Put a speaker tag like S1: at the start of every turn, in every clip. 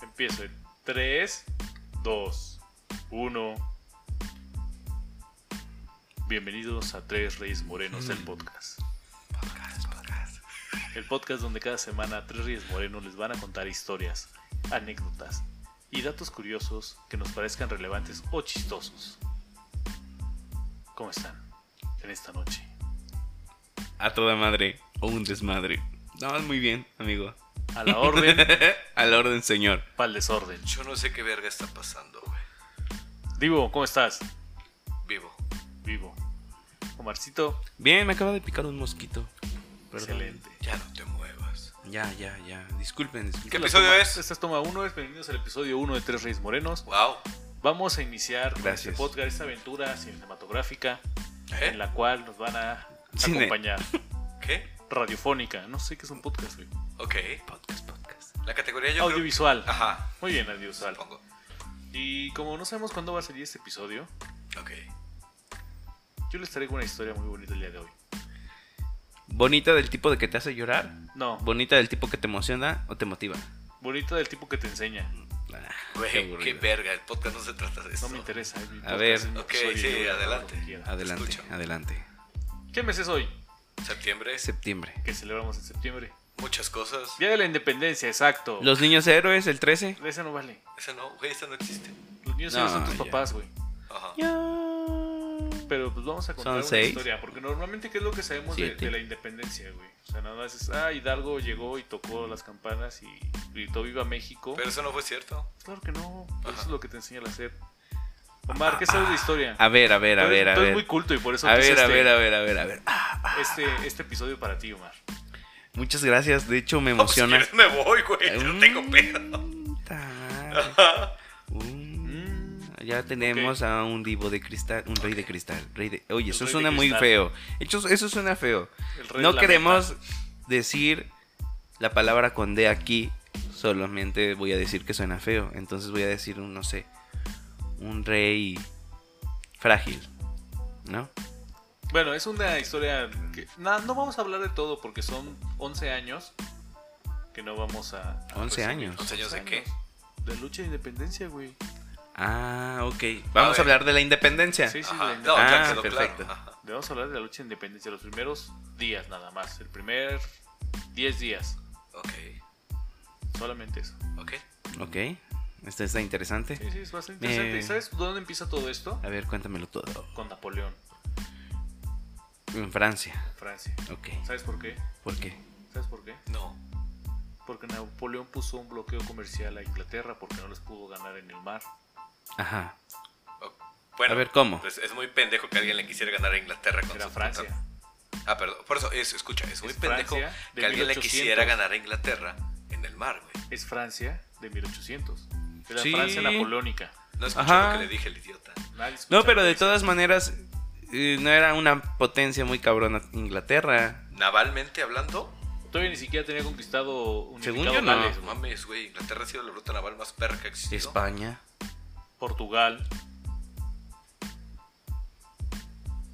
S1: Empiezo en 3, 2, 1. Bienvenidos a Tres Reyes Morenos, el podcast. El podcast donde cada semana Tres Reyes Morenos les van a contar historias, anécdotas y datos curiosos que nos parezcan relevantes o chistosos. ¿Cómo están en esta noche?
S2: A toda madre o un desmadre. No, muy bien, amigo.
S1: A la orden,
S2: A la orden, señor.
S1: pa'l desorden.
S3: Yo no sé qué verga está pasando, güey.
S1: Divo, ¿cómo estás?
S3: Vivo.
S1: Vivo. Omarcito,
S2: Bien, me acaba de picar un mosquito. Perdón.
S1: excelente.
S3: Ya no te muevas.
S2: Ya, ya, ya. Disculpen,
S3: ¿Qué
S2: disculpen.
S1: La
S3: episodio
S1: toma-
S3: es?
S1: Esta es toma 1, bienvenidos al episodio 1 de Tres Reyes Morenos.
S3: Wow.
S1: Vamos a iniciar con
S2: Gracias.
S1: este podcast, esta aventura cinematográfica en
S3: ¿Eh?
S1: la cual nos van a
S2: Cine.
S1: acompañar.
S3: ¿Qué?
S1: Radiofónica, no sé qué es un podcast, güey.
S3: Ok.
S2: Podcast, podcast.
S3: La categoría yo creo...
S1: Audiovisual.
S3: Ajá.
S1: Muy bien, audiovisual.
S3: Supongo.
S1: Y como no sabemos cuándo va a salir este episodio,
S3: Ok.
S1: yo les traigo una historia muy bonita el día de hoy.
S2: Bonita del tipo de que te hace llorar.
S1: No,
S2: Bonita del tipo que te emociona o te motiva.
S1: bonita del tipo que te enseña.
S2: Ah,
S3: Güey, qué,
S2: aburrido.
S3: verga. El podcast no se trata de eso.
S1: No me interesa. es mi podcast,
S2: ver.
S1: es mi
S3: Ok,
S1: episodio,
S3: sí,
S1: yo voy a hablar
S3: adelante.
S1: lo que quiera.
S2: adelante,
S3: Escucho.
S2: adelante.
S1: ¿Qué mes es hoy?
S3: Septiembre.
S2: Septiembre.
S1: Que celebramos en septiembre.
S3: Muchas cosas.
S1: Día de la Independencia, exacto.
S2: Los niños héroes, el 13.
S1: Ese no vale.
S3: Esa no, güey, esa no existe.
S1: Los niños
S2: No,
S1: son tus
S2: ya.
S1: papás, güey.
S3: Ajá.
S1: Pero pues vamos a contar
S2: Son
S1: una
S2: seis.
S1: historia, porque normalmente qué es lo que sabemos de,
S2: Siete.
S1: de la independencia, güey. O sea, nada más es, ah, Hidalgo llegó y tocó las campanas y gritó viva México.
S3: Pero eso no fue cierto.
S1: claro que no,
S3: Ajá.
S1: eso es lo que te enseña la SEP. Omar, ¿qué sabes de historia?
S2: A ver, a ver, a
S1: Tú eres-
S2: ver, a
S1: tú eres
S2: ver.
S1: muy culto y por eso
S2: A
S1: quise
S2: ver, a
S1: este,
S2: ver, a ver, a ver, a ver. Ah,
S1: Este, este episodio para ti, Omar.
S2: Muchas gracias, de hecho me
S3: No, pues, si
S2: emociona.
S3: quieres me voy, güey.
S1: Mm.
S3: Yo no tengo pedo. Ajá.
S2: Mm,
S1: Mm.
S2: Ya tenemos a un divo de cristal, un rey de cristal. Rey de... Oye, eso
S1: rey de
S2: suena muy
S1: cristal.
S2: feo. Hecho, eso suena feo.
S1: El rey de
S2: No
S1: la
S2: queremos
S1: meta.
S2: decir la palabra con D aquí. Solamente voy a decir que suena feo. Entonces voy a decir, un, no sé, un rey frágil. ¿No?
S1: Bueno, es una historia que... Nada, no vamos a hablar de todo porque son 11 años que no vamos a... a resumir.
S2: 11 años.
S3: ¿11 años de qué?
S1: De lucha de independencia, güey.
S2: Ah, ok. Vamos a,
S3: ver.
S2: hablar de la independencia.
S1: Sí, sí,
S3: Ajá.
S1: de-
S3: No,
S2: Ah,
S3: ya quedó
S2: perfecto.
S3: claro. Ajá.
S1: Le vamos a hablar de la lucha de independencia, los primeros días nada más, el primer 10 días,
S3: Ok.
S1: solamente eso.
S3: Ok.
S2: Ok. Esto está interesante.
S1: Sí, sí, es bastante interesante.
S2: Eh.
S1: ¿Y sabes dónde empieza todo esto?
S2: A ver, cuéntamelo todo.
S1: Con Napoleón,
S2: En Francia.
S1: Francia.
S2: Ok.
S1: ¿Sabes por qué?
S2: ¿Por qué?
S1: ¿Sabes por qué?
S3: No.
S1: Porque Napoleón puso un bloqueo comercial a Inglaterra porque no les pudo ganar en el mar.
S2: Ajá.
S3: O- Bueno,
S2: a ver, ¿cómo?
S3: Pues es muy pendejo que alguien le quisiera ganar a Inglaterra con
S1: Era
S3: su
S1: Francia.
S3: puta- Ah, perdón. Por eso, es- escucha, es muy
S1: Es
S3: pendejo
S1: Francia de
S3: que alguien le
S1: 1800.
S3: quisiera ganar a Inglaterra en el mar, güey.
S1: Es Francia de 1800. Es la
S2: Sí.
S1: Francia napoleónica.
S3: No escuchó
S2: Ajá.
S3: lo que le dije el idiota.
S1: Nadie escucha
S2: No, pero
S1: lo que
S2: de
S1: dice.
S2: todas maneras, eh, no era una potencia muy cabrona Inglaterra.
S3: Navalmente hablando,
S1: Todavía ni siquiera tenía conquistado unificado
S2: Según yo, no.
S1: Gales,
S3: no
S1: güey.
S3: mames, güey. Inglaterra ha sido la ruta naval más perra que ha existido.
S2: España.
S1: Portugal.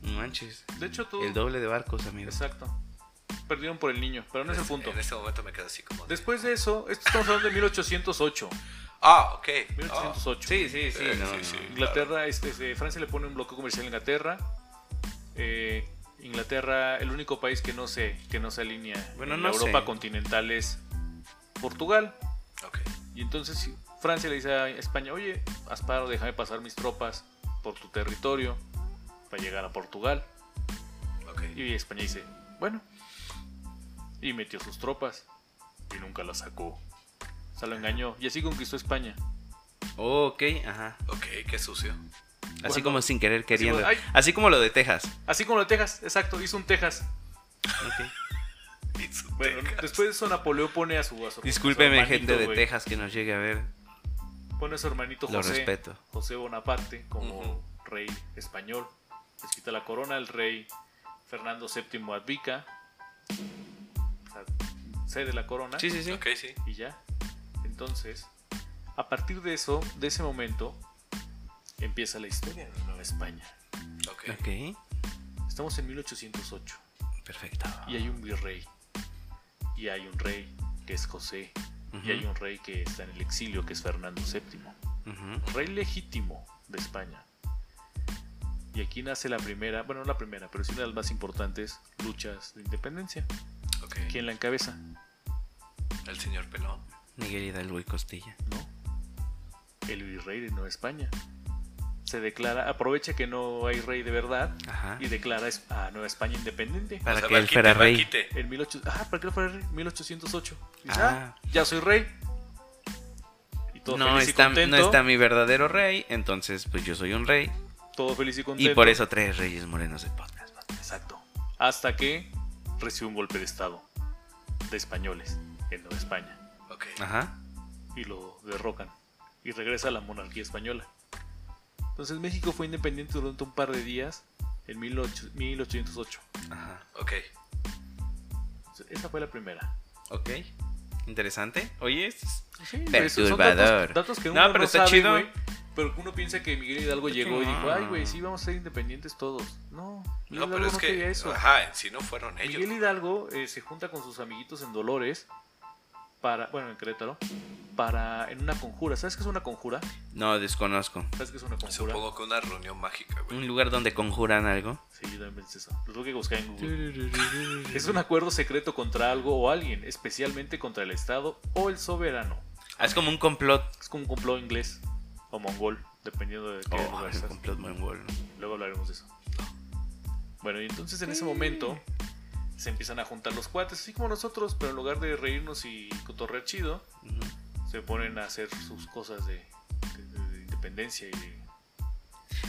S2: No manches.
S1: De hecho, todo.
S2: El doble de barcos, amigos.
S1: Exacto. Perdieron por el niño, pero no es el
S2: Eh,
S1: punto.
S3: En este momento me quedo así como. de-
S1: Después de eso, esto estamos hablando de 1808.
S3: Ah, ok. Ah,
S1: 1808.
S2: Oh, Sí, sí, sí.
S3: Eh,
S2: no,
S3: sí,
S2: no.
S3: sí.
S1: Inglaterra, este, este, Francia le pone un bloqueo comercial a Inglaterra. Eh, Inglaterra, el único país que no se, que no se alinea
S2: Bueno,
S1: en
S2: no
S1: la Europa
S2: sé.
S1: continental es Portugal.
S3: ok.
S1: Y entonces Francia le dice a España, oye, Asparo, déjame pasar mis tropas por tu territorio para llegar a Portugal.
S3: Ok.
S1: Y España dice, bueno. Y metió sus tropas. Y nunca las sacó. O sea, lo engañó. Y así conquistó España.
S2: Oh, ok, ajá.
S3: Ok, qué sucio.
S2: Así
S1: Cuando-
S2: como sin querer queriendo.
S1: como- ay.
S2: Así como lo de Texas.
S1: Así como lo de Texas, exacto, hizo un Texas.
S2: Ok.
S3: Y su
S1: Bueno,
S3: teca.
S1: después de eso Napoleón pone a su... a su-
S2: Discúlpeme,
S1: a su hermanito,
S2: gente de
S1: güey.
S2: Texas que nos llegue a ver.
S1: Pone a su hermanito
S2: Lo
S1: José.
S2: respeto.
S1: José Bonaparte como
S3: Ujú.
S1: rey español. Les quita la corona el rey Fernando VII abdica. O sea, cede la corona.
S2: Sí, sí, sí.
S3: Ok, sí.
S1: y ya. Entonces, a partir de eso, de ese momento, empieza la historia de la Nueva España.
S3: Ok.
S2: Ok.
S1: Estamos en 1808
S2: Perfecto.
S1: y hay un virrey y hay un rey que es José y hay un rey que está en el exilio, que es Fernando VII,
S2: Ujú.
S1: rey legítimo de España. Y aquí nace la primera, bueno, no la primera, pero sí una de las más importantes luchas de independencia.
S3: Ok.
S1: ¿Quién la encabeza?
S3: El señor Pelón.
S2: Miguel Hidalgo y Costilla.
S1: ¿no? El virrey de Nueva España. Se declara, aprovecha que no hay rey de verdad
S2: Ajá.
S1: y declara es- a Nueva España independiente.
S2: Para que
S3: va
S2: él
S3: quite,
S2: fuera
S3: va
S2: rey.
S3: quite.
S1: En 18, ah, ¿para qué no fue rey? 1808. Dice,
S2: Ah.
S1: ah, ya soy rey. Y todo
S2: No
S1: feliz
S2: está,
S1: y contento.
S2: no está mi verdadero rey, entonces pues yo soy un rey.
S1: Todo feliz y contento.
S2: Y por eso tres reyes morenos de podcast.
S1: Exacto. Hasta que recibe un golpe de estado de españoles en Nueva España
S3: Ok.
S2: Ajá.
S1: y lo derrocan y regresa a la monarquía española. Entonces México fue independiente durante un par de días en 18- 1808.
S2: Ajá.
S3: Ok.
S1: Entonces, Esa fue la primera.
S2: Ok. Interesante. Oye, este es-
S1: Sí, pero son
S2: Perturbador.
S1: Datos, datos que
S2: No,
S1: uno no,
S2: pero está
S1: sabe,
S2: chido.
S1: güey, pero que uno piensa que Miguel Hidalgo
S2: Está
S1: llegó y dijo,
S2: chingón.
S1: ay, güey, sí, vamos a ser independientes todos. No, Miguel
S3: No,
S1: Hidalgo
S3: pero es
S1: no
S3: que.
S1: quería eso.
S3: Ajá, en sí no fueron ellos.
S1: Miguel Hidalgo eh, se junta con sus amiguitos en Dolores para, bueno, en Querétaro, para, en una conjura. ¿Sabes qué es una conjura?
S2: no desconozco.
S1: ¿Sabes qué es una conjura?
S3: Supongo que una reunión mágica, güey.
S2: Un lugar donde conjuran algo.
S1: Sí, yo también pensé eso. Lo tengo que buscar en Google. Es un acuerdo secreto contra algo o alguien, especialmente contra el Estado o el soberano.
S2: Ah, es como un complot.
S1: Es como un complot inglés o mongol, dependiendo de qué
S2: Oh,
S1: lugar
S2: es un
S1: estás.
S2: complot mongol.
S1: Luego hablaremos de eso. Bueno, y entonces en ese momento se empiezan a juntar los cuates, así como nosotros, pero en lugar de reírnos y cotorrear chido,
S2: Ujú.
S1: se ponen a hacer sus cosas de, de- de independencia y de-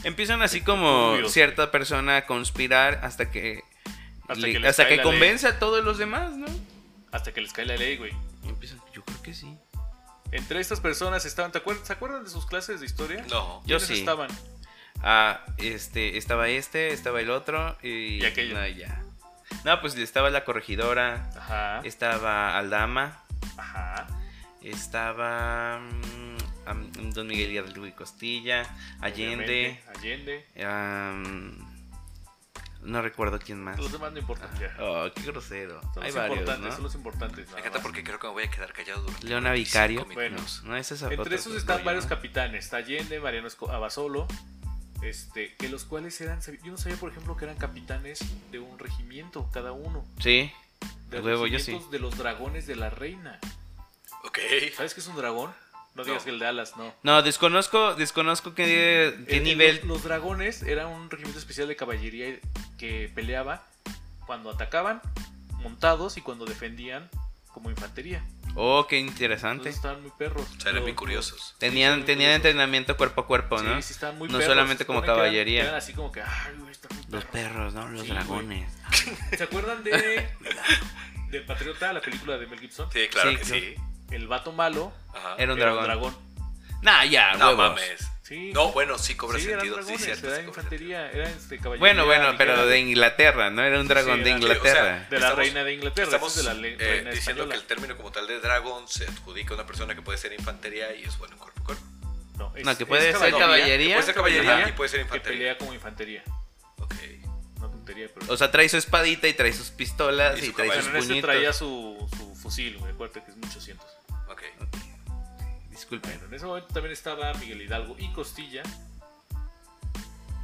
S2: Empiezan así como
S1: Turbios,
S2: cierta persona a conspirar hasta que
S1: Hasta
S2: le-
S1: que les
S2: hasta
S1: cae
S2: que
S1: la ley.
S2: convence a todos los demás, ¿no?
S1: hasta que les cae la ley, güey.
S2: Y empiezan, yo creo que sí.
S1: Entre estas personas estaban, ¿te acuerdas, ¿se acuerdan de sus clases de historia?
S3: No.
S2: Yo
S1: ¿Quiénes
S2: sí.
S1: estaban?
S2: Ah, este, estaba este, estaba el otro y,
S1: Y aquello.
S2: No, ya. No, pues estaba la corregidora,
S1: Ajá.
S2: estaba Aldama,
S1: Ajá.
S2: estaba mm, am- Don Miguel Hidalgo y Costilla, Allende,
S1: Obviamente, Allende.
S2: am, no recuerdo quién más.
S1: Los demás no importan. ya.
S2: Oh, qué grosero.
S1: Son
S2: Hay
S1: los
S2: varios,
S1: importantes,
S2: ¿no?
S1: son los importantes. nada
S3: Me encanta
S1: más.
S3: porque creo que me voy a quedar callado durante.
S2: Leona
S3: cinco
S2: Vicario.
S3: minutos.
S1: Bueno.
S2: No, ese es otro
S1: Entre esos
S2: rollo,
S1: están varios
S2: ¿no?
S1: capitanes. Está Allende, Mariano Esco- Abasolo. Este, que los cuales eran. Yo no sabía, por ejemplo, que eran capitanes de un regimiento, cada uno.
S2: Sí.
S1: De
S2: A huevo, yo
S1: regimientos De los dragones de la reina.
S3: Ok.
S1: ¿Sabes qué es un dragón? No digas
S3: No.
S1: que el de alas, no.
S2: No, desconozco, desconozco qué, qué
S1: El- el-
S2: nivel.
S1: Los, los dragones eran un regimiento especial de caballería que peleaba cuando atacaban, montados y cuando defendían como infantería.
S2: Oh, qué interesante.
S1: Entonces estaban muy perros.
S3: Serán
S1: Los-
S3: bien curiosos.
S2: Tenían,
S1: muy
S2: tenían
S1: curiosos.
S2: entrenamiento cuerpo a cuerpo,
S1: Sí,
S2: ¿no?
S1: sí, estaban muy
S2: No
S1: perros.
S2: solamente
S1: Se
S2: como
S1: supone que eran-
S2: caballería.
S1: eran así como que, ay, güey, están muy
S2: Los
S1: perros.
S2: perros, ¿no? Los
S1: Sí,
S2: dragones.
S1: ¿Se acuerdan de, de Patriota, la película de Mel Gibson?
S3: Sí, claro
S2: Sí,
S3: que
S2: claro.
S3: sí.
S1: El vato malo
S3: Ajá.
S2: Era un
S1: era un
S2: dragón.
S1: dragón.
S2: Nah, ya,
S3: No
S2: huevos.
S3: mames.
S1: Sí.
S3: No, bueno, sí cobra
S1: sí, eran
S3: sentido. Sí,
S1: dragones,
S3: cierto.
S1: era
S3: sí cobra sentido.
S1: infantería, era este caballería.
S2: Bueno, bueno, pero
S1: ligera.
S2: de Inglaterra, ¿no? Era un dragón
S1: Sí,
S2: de
S1: era-
S2: Inglaterra.
S1: De la
S3: Estamos-
S1: reina de Inglaterra,
S3: Estamos
S1: esa es de la le-
S3: eh,
S1: reina
S3: diciendo
S1: española.
S3: que el término como tal de dragón se adjudica a una persona que puede ser infantería y es bueno en cuerpo a cuerpo.
S1: No, es-
S2: No, que puede
S1: es
S2: ser caballería.
S3: Puede ser caballería
S2: Ajá.
S3: y puede ser
S1: Que
S3: infantería.
S1: pelea como infantería.
S3: Ok.
S1: No tontería, pero.
S2: O sea, trae su espadita y trae sus pistolas
S3: Y
S2: y,
S3: su
S2: trae
S3: caballo.
S2: sus
S1: Bueno, en este
S2: puñitos.
S1: traía su, su fusil, güey. Acuérdate que es 1800.
S3: Ok.
S2: Disculpen.
S1: Bueno, en ese momento también estaba Miguel Hidalgo y Costilla.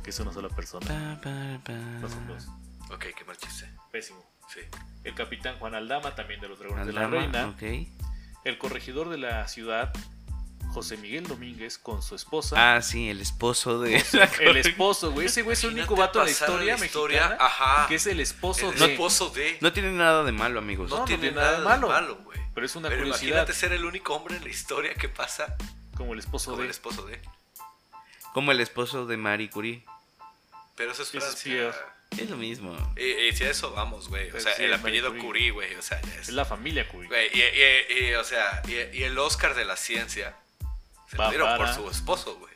S1: Que es una sola persona.
S2: Pa, pa, pa.
S1: No son dos.
S3: Ok, qué mal chiste.
S1: Pésimo.
S3: Sí.
S1: El capitán Juan Aldama, también de los Dragones de
S2: Aldama,
S1: la Reina.
S2: ok.
S1: El corregidor de la ciudad, José Miguel Domínguez, con su esposa.
S2: Ah, sí, el esposo de...
S1: el esposo, güey. Ese güey es el único vato
S3: Imagínate
S1: en la
S3: pasar
S1: historia, mexicana
S3: Ajá.
S1: que es el esposo
S3: el
S1: de.
S3: esposo de.
S2: No tiene nada de malo, amigos.
S1: No, no
S3: tiene
S1: tiene
S3: nada de
S1: nada malo.
S3: malo, güey.
S1: Pero es una
S3: Pero
S1: curiosidad.
S3: imagínate ser el único hombre en la historia que pasa
S1: Como el esposo
S3: como
S1: de.
S3: el esposo de.
S2: Como el esposo de Marie Curie.
S3: Pero eso es
S1: Ese es
S3: Francia.
S1: Pierre.
S2: Es lo mismo.
S3: Y, y si a eso vamos, güey. O
S1: Pero
S3: sea,
S1: sí,
S3: el
S1: es
S3: apellido
S1: Marie
S3: Curie, güey. O sea, ya
S1: Es
S3: es.
S1: la familia Curie.
S3: Güey, y, y- y, o sea, y, y el Oscar de la ciencia se
S1: Va
S3: lo dieron por
S1: para-
S3: su esposo, güey.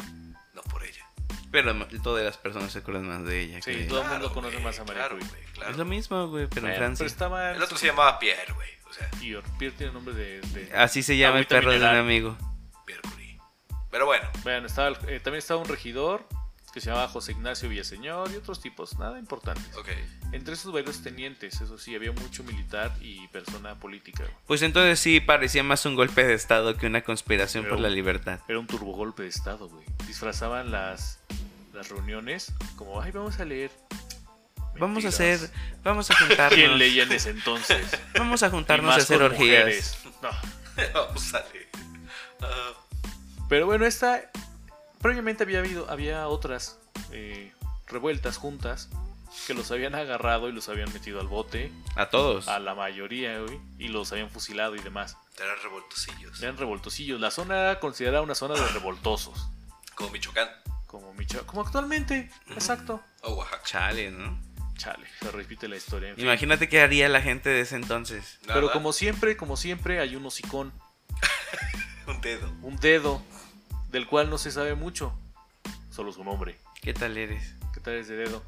S3: No por ella.
S2: Pero ma- todas las personas se acuerdan más de ella.
S1: Sí,
S2: que-
S1: todo- el mundo conoce
S3: güey,
S1: más a Marie
S3: claro,
S1: Curie.
S3: güey,
S2: Es lo
S3: claro.
S2: mismo, güey, pero en
S1: Bueno,
S2: Francia.
S1: Pero estaba.
S3: El otro se llamaba Pierre, güey. O sea,
S1: Pierre. Pierre tiene nombre de. de-
S2: Así se llama el
S1: Agüita
S2: perro de
S1: mineral.
S2: un amigo.
S3: Pierre Curie. Pero bueno,
S1: Bueno, estaba el- eh, también estaba un regidor, que se llamaba José Ignacio Villaseñor y otros tipos, nada importantes.
S3: Ok.
S1: Entre esos varios tenientes, eso sí, había mucho militar y persona política. güey.
S2: Pues entonces sí parecía más un golpe de estado que una conspiración
S1: Pero-
S2: por la libertad.
S1: Era un turbogolpe de estado, güey. Disfrazaban las, las reuniones como, ay, vamos a leer.
S2: Vamos a
S1: Mentiras.
S2: hacer, vamos a juntarnos,
S1: ¿Quién leía en ese entonces?
S2: vamos a
S1: Y
S2: juntarnos
S1: más
S2: a hacer
S1: con
S2: orgías.
S1: mujeres. No.
S3: Vamos a leer. Ah,
S1: Pero bueno, esta previamente había habido, había otras eh, revueltas juntas que los habían agarrado y los habían metido al bote,
S2: A todos.
S1: a la mayoría, güey, y los habían fusilado y demás.
S3: eran revoltosillos.
S1: Eran revoltosillos. La zona era considerada una zona de revoltosos,
S3: Como Michoacán
S1: como Micho- como actualmente, exacto.
S3: o Oaxaca.
S2: Chale, ¿no?
S1: Chale, se repite la historia. en fin.
S2: Imagínate qué haría la gente de ese entonces.
S3: Nada,
S1: Pero como siempre, como siempre, hay un hocicón,
S3: Un dedo.
S1: un dedo, del cual no se sabe mucho, solo su nombre.
S2: ¿Qué tal eres?
S1: ¿Qué tal ese dedo?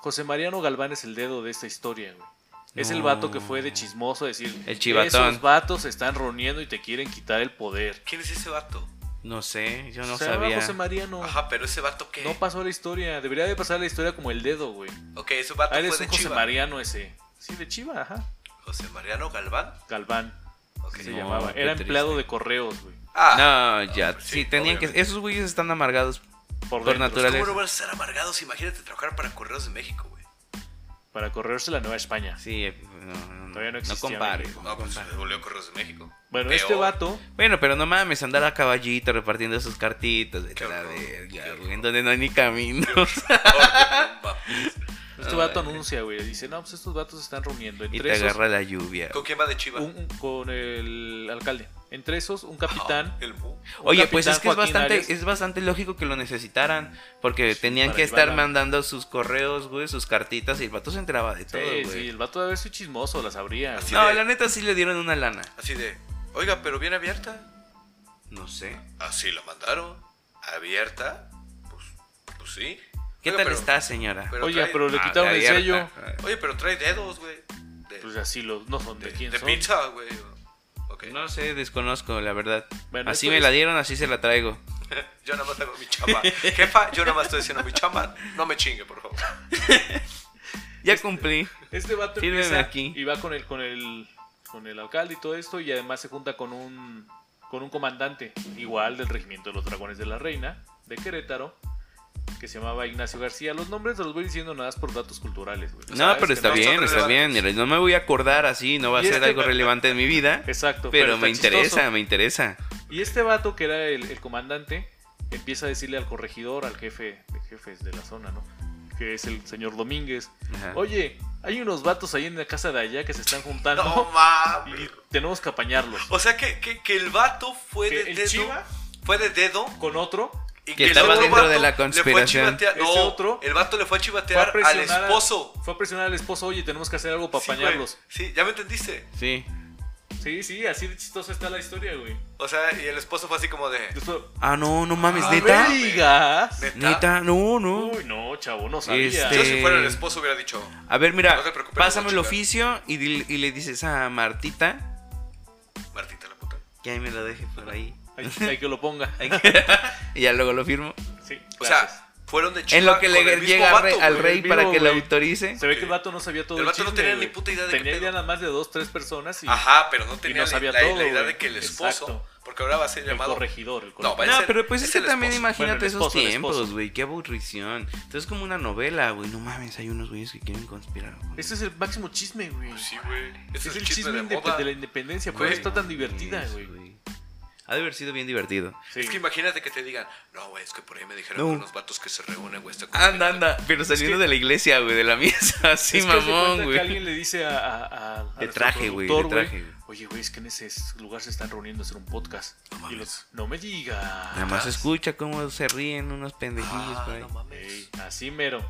S1: José Mariano Galván es el dedo de esta historia, güey. Es el
S2: No.
S1: vato que fue de chismoso a decir,
S2: El chivatón.
S1: esos vatos se están reuniendo y te quieren quitar el poder.
S3: ¿Quién es ese vato?
S2: No sé, yo no
S1: Se llama
S2: sabía.
S1: José Mariano.
S3: Ajá, pero ese vato qué.
S1: No pasó la historia. Debería de pasar la historia como el dedo, güey.
S3: ok, ese vato
S1: Ah,
S3: fue
S1: eres
S3: de
S1: un José
S3: Chiva.
S1: Mariano ese. Sí, de Chiva, ajá.
S3: José Mariano Galván.
S1: Galván
S3: Ok.
S1: se
S2: No,
S1: llamaba.
S2: qué
S1: Era
S2: triste.
S1: empleado de correos, güey.
S3: Ah,
S2: No, ya,
S3: pues sí,
S2: sí, tenían que...
S3: obviamente.
S2: Esos güeyes están amargados.
S1: Por,
S2: Por
S1: dentro.
S2: naturaleza.
S3: ¿cómo no van a estar amargados? Imagínate trabajar para Correos de México, güey.
S1: Para correrse la Nueva España.
S2: Sí, eh, no, no, no,
S1: Todavía no
S2: no
S1: existía
S2: compares.
S1: México.
S3: No, pues se volvió Correos de México.
S1: Bueno,
S3: Peor.
S1: este vato
S2: Bueno, pero no mames, andar a caballito repartiendo sus cartitas, vete a la
S3: horror,
S2: verga,
S3: qué
S2: güey,
S3: horror.
S2: en donde no hay ni camino.
S3: Ahora, vamos.
S1: Este vato anuncia, güey. Dice, no, pues estos vatos se están reuniendo.
S2: y
S1: Entre
S2: te
S1: esos,
S2: agarra la lluvia.
S3: ¿Con quién va de Chiva?
S1: un- un- con el alcalde. Entre esos, un capitán.
S3: Ah, el Mu.
S1: un
S2: Oye,
S1: capitán
S2: pues es que es
S1: Joaquín
S2: bastante,
S1: Arias.
S2: es bastante lógico que lo necesitaran, porque tenían
S1: para
S2: que estar
S1: llevarla.
S2: mandando sus correos, güey, sus cartitas, y el pato se enteraba de todo,
S1: Sí,
S2: güey.
S1: sí, el vato debe ser chismoso, las abría.
S3: Así.
S1: güey.
S2: No,
S3: de-
S2: la neta sí le dieron una lana.
S3: Así de, oiga, pero bien abierta.
S2: No sé.
S3: Así la mandaron. ¿Abierta? Pues, pues sí.
S2: ¿Qué
S3: Oiga,
S2: tal
S3: pero-
S2: está, señora?
S3: pero
S1: Oye,
S3: trae-
S1: pero le
S2: Ah,
S1: quitaron
S2: de
S1: el
S2: abierta.
S1: sello.
S3: Oye, pero trae dedos, güey. De,
S1: Pues así los, no son de,
S3: de,
S1: quién
S3: de
S1: son.
S3: pizza, güey. Ok.
S2: No sé, desconozco, la verdad.
S1: Bueno,
S2: así
S1: esto
S2: me
S1: es-
S2: la dieron, así se la traigo.
S3: Yo nada más hago mi chamba. Jefa, yo nada más estoy haciendo mi chamba. No me chingue, por favor.
S2: Ya cumplí.
S1: Este vato
S2: Fírmeme
S1: empieza
S2: aquí.
S1: y va con el, con el con el alcalde y todo esto. Y además se junta con un con un comandante, igual del regimiento de los dragones de la reina, de Querétaro, que se llamaba Ignacio García. Los nombres te los voy diciendo nada más por datos culturales, güey. O sea,
S2: No,
S1: es
S2: pero
S1: que
S2: está
S1: no-
S3: son
S2: bien, está bien.
S3: relevantes.
S2: mira, No me voy a acordar así, no va a
S1: Y
S2: ser
S1: este-
S2: algo relevante en mi vida.
S1: Exacto.
S2: Pero
S1: está
S2: me interesa,
S1: chistoso.
S2: me interesa.
S1: Y este vato, que era el, el comandante, empieza a decirle al corregidor, al jefe de jefes de la zona, ¿no? Que es el señor Domínguez.
S2: Ajá.
S1: Oye, hay unos vatos ahí en la casa de allá que se están juntando
S3: No mames.
S1: y tenemos que apañarlos.
S3: O sea que, que, que el vato fue
S1: Que
S3: de
S1: el
S3: dedo.
S1: Chiva-
S3: Fue de dedo.
S1: Con otro,
S3: Y
S2: Que
S3: el
S2: estaba
S3: otro
S2: dentro de
S3: vato
S2: la
S3: le fue a
S2: conspiración.
S3: chivatear-
S1: Ese
S3: No,
S1: otro
S3: el vato le fue a
S1: fue a,
S3: chivatear al
S1: presionar a-
S3: esposo.
S1: fue a presionar al esposo, oye, tenemos que hacer algo para
S3: Sí, güey.
S1: apañarlos.
S3: Sí, ya me entendiste.
S2: Sí.
S1: Sí, sí, así de chistosa está la historia, güey.
S3: O sea, y el esposo fue así como de.
S1: Esto-
S2: Ah, no, no mames,
S1: ¡No
S2: neta.
S1: me digas!
S3: "Neta,
S2: Neta, no, no.
S1: Uy, no, chavo, no sabía.
S2: Este-
S3: Yo si fuera el esposo hubiera dicho.
S2: A ver, mira,
S3: No te preocupes,
S2: pásame
S3: voy a
S2: el
S3: checar.
S2: oficio y, dile- y le dices a Martita
S3: Martita la puta.
S2: que ahí me lo deje por ahí.
S1: Hay, hay que lo ponga.
S2: Y ya luego lo firmo.
S1: Sí,
S3: O
S1: gracias.
S3: sea, fueron de chiva
S2: En lo que
S3: con
S2: le
S3: el mismo
S2: llega
S3: vato,
S2: al rey- al
S3: güey.
S2: rey
S1: el
S2: para
S1: mismo,
S2: que lo
S1: güey.
S2: autorice.
S1: Se ve que el vato no sabía todo
S3: El
S1: el,
S3: vato no
S1: chisme,
S3: tenía ni
S1: güey.
S3: puta idea de qué
S1: Tenía
S3: pedo.
S1: ya nada más de dos, tres personas y
S3: Ajá, pero no tenía
S1: no
S3: la-
S1: sabía
S3: la,
S1: todo,
S3: la idea
S1: güey.
S3: de que el
S1: Exacto.
S3: esposo. Porque ahora va a ser
S1: el
S3: llamado.
S1: corregidor. El
S3: No,
S1: corregidor.
S3: va a
S2: No,
S3: ser-
S2: pero pues
S3: es
S2: es que
S3: el
S2: también
S3: esposo.
S2: imagínate
S1: Bueno, el
S2: esos
S1: esposo, el
S2: tiempos,
S1: esposo.
S2: güey, qué aburrición. Entonces es como una novela, güey, no mames, hay unos güeyes que quieren conspirar. güey.
S1: Ese es el máximo chisme, güey.
S3: Pues sí, güey. Ese
S1: es, el chisme,
S3: de
S1: indep-
S3: moda.
S1: de la independencia, por
S3: Güey.
S1: eso está tan
S2: No
S1: divertida,
S2: mames,
S1: güey.
S2: Ha de haber sido bien divertido.
S1: Sí.
S3: Es que imagínate que te digan, no, güey, es que por ahí me dijeron
S2: No.
S3: que unos vatos que se reúnen, güey. está
S2: Anda,
S3: conspirando".
S2: anda, pero saliendo
S1: que-
S2: de la iglesia, güey, de la misa, así
S1: Es que haz de cuenta
S2: mamón,
S1: que
S2: güey.
S1: alguien le dice a. a- a- a nuestro
S2: traje, güey, de
S1: productor,
S2: traje, güey.
S1: Oye, güey, es que en ese lugar se están reuniendo a hacer un podcast.
S3: No
S1: y
S3: mames.
S1: los, no me digas.
S2: Nada más escucha cómo se ríen unos pendejillos por
S3: Ah,
S2: ahí.
S3: no mames.
S1: Ey, así mero.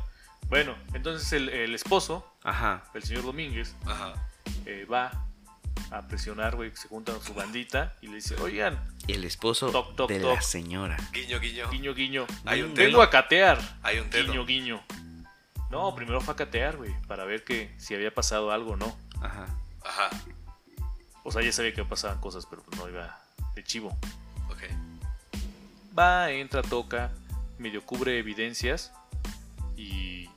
S1: Bueno, entonces el, el esposo,
S2: Ajá.
S1: el señor Domínguez,
S3: Ajá.
S1: eh, va a presionar, güey, se junta con su bandita y le dice, oigan,
S2: El esposo
S1: Toc, toc,
S2: de
S1: toc.
S2: la señora. Mm,
S3: Guiño, guiño.
S1: guiño, guiño.
S3: Hay un
S1: Vengo
S3: dedo.
S1: a catear.
S3: Hay un dedo.
S1: Guiño, guiño. No, primero fue a catear, güey, para ver que si había pasado algo o no.
S2: Ajá.
S3: Ajá.
S1: O sea, ya sabía que pasaban cosas,
S2: Ah,
S1: pero pues no iba de chivo.
S3: Ok.
S1: Va, entra, toca, medio cubre evidencias y,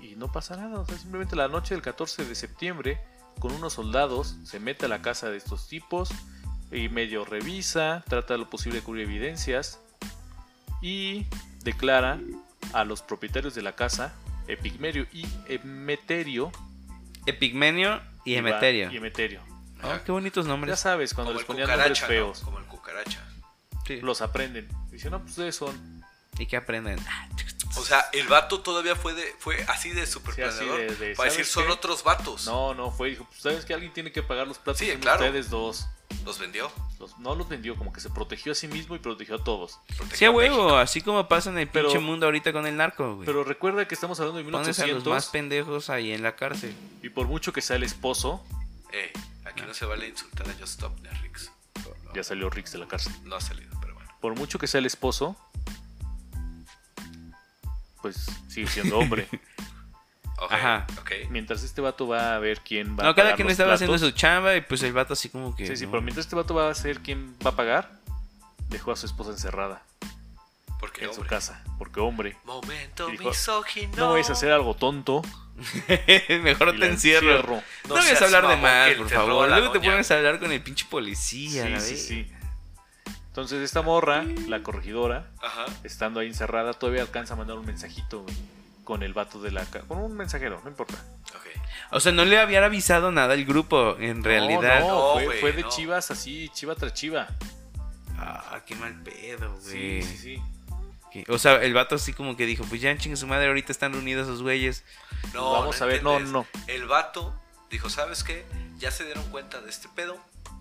S1: y no pasa nada. O sea, simplemente la noche del 14 de septiembre, con unos soldados, se mete a la casa de estos tipos y medio revisa, trata lo posible de cubrir evidencias y declara a los propietarios de la casa, Epigmerio y Emeterio.
S2: Epigmenio y
S1: Iván
S2: Emeterio.
S1: Y Emeterio.
S2: Ah, qué bonitos
S1: Ya
S2: nombres.
S1: sabes, cuando
S3: Como
S1: les
S3: el
S1: ponían nombres
S3: cucaracha, ¿no?
S1: feos,
S3: Como el cucaracha.
S2: Sí.
S1: los aprenden. Dicen, no, pues ustedes son
S2: Y que aprenden.
S1: Ah,
S3: O sea, el vato todavía fue de, fue así de super
S1: Sí, así de- de,
S3: para decir,
S1: ¿sabes
S3: son
S1: qué?
S3: otros vatos.
S1: No, no, fue, dijo, pues sabes que alguien tiene que pagar los platos
S3: Sí,
S1: que son
S3: claro.
S1: ustedes dos.
S3: Los vendió.
S1: Los- no los vendió, como que se protegió a sí mismo y protegió a todos.
S3: protegió
S2: Sí, a
S3: México.
S2: huevo, así como pasa en el
S1: Pero-
S2: pinche mundo ahorita con el narco, güey.
S1: Pero recuerda que estamos hablando de
S2: Pones a los
S1: 1800
S2: más pendejos ahí en la cárcel.
S1: y por mucho que sea el esposo,
S3: Ey, aquí no se vale insultar a Just Stop ni a Rix. No,
S1: ya salió Rix de la cárcel.
S3: no ha salido, pero bueno.
S1: Por mucho que sea el esposo, pues sigue siendo hombre.
S3: Ok,
S2: Ajá.
S3: ok.
S1: mientras este vato va a ver quién va a
S2: No, cada
S1: pagar
S2: quien
S1: los
S2: estaba haciendo
S1: platos.
S2: su chamba y pues el vato así como que.
S1: Sí, sí,
S2: no.
S1: pero mientras este vato va a ser quien va a pagar, dejó a su esposa encerrada
S3: Porque
S1: en su
S3: hombre.
S1: casa, porque hombre.
S3: Momento
S1: Y dijo,
S3: misógino.
S1: No, vais a hacer algo tonto.
S2: Mejor
S1: y
S2: te
S1: la
S2: encierro. No, me vas
S3: seas
S2: a hablar de
S3: mamón,
S2: más,
S3: que
S2: por
S3: te robó
S2: favor.
S3: la
S2: Luego te
S3: doña.
S2: pones a hablar con el pinche policía, la
S1: sí,
S2: vez.
S1: sí, sí. Entonces esta morra, la corregidora,
S3: Ajá.
S1: estando ahí encerrada, todavía alcanza a mandar un mensajito, güey, Con el vato de la... ca- Con un mensajero, no importa.
S3: Ok.
S2: O sea, no le habían avisado nada al grupo, en realidad.
S1: No, no,
S3: No,
S1: fue,
S3: güey,
S1: fue de
S3: no.
S1: chivas así, chiva tras chiva.
S2: Ah, qué mal pedo,
S1: Sí,
S2: güey.
S1: sí, sí.
S2: Que- O sea, el vato así como que dijo, pues ya chingue su madre, ahorita están reunidos esos güeyes.
S3: No,
S1: Vamos
S3: no
S1: a ver, no,
S3: entiendes.
S1: no.
S3: El vato dijo, ¿sabes qué? Ya se dieron cuenta de este pedo.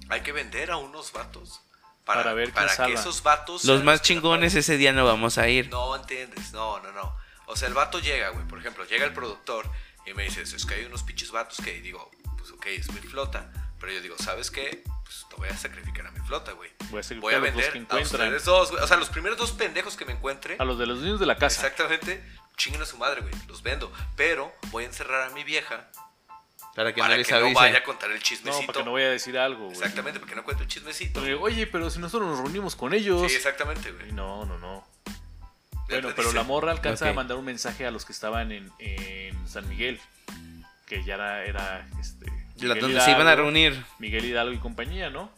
S3: Hay que vender a unos vatos para,
S1: Para ver quién
S3: para que
S1: salva.
S3: esos vatos...
S2: Los
S3: sean
S2: más
S3: que la
S2: chingones ese día no vamos a ir.
S3: No entiendes, no, no, no. O sea, el vato llega, güey. Por ejemplo, llega el productor y me dice, es que hay unos pinches vatos que y digo, pues ok, es mi flota. Pero yo digo, ¿sabes qué? Pues te voy a sacrificar a mi flota, güey.
S1: Voy a ser
S3: Voy a
S1: los dos
S3: vender
S1: pues, que
S3: a
S1: encuentran.
S3: ustedes dos, güey. O sea, los primeros dos pendejos que me encuentre,
S1: A los de los niños de la casa.
S3: exactamente, chinguen a su madre, güey. Los vendo. Pero voy a encerrar a mi vieja
S2: Para que
S3: para
S2: no les
S3: que
S2: avise.
S3: no vaya a contar el
S1: No,
S3: chismecito.
S1: para que no vaya a decir algo, güey.
S3: exactamente, para que no cuente el chismecito.
S1: Pero, Oye, pero si nosotros nos reunimos con ellos.
S3: Sí, exactamente, güey.
S1: Y no, no, no.
S3: Ya te
S1: Bueno, pero
S3: dice,
S1: la morra alcanza
S2: Ok.
S1: a mandar un mensaje a los que estaban en, en San Miguel. Que ya era. era, este,
S2: La-
S1: Miguel
S2: donde se iban a
S1: Hidalgo,
S2: reunir.
S1: Miguel Hidalgo y compañía, ¿no?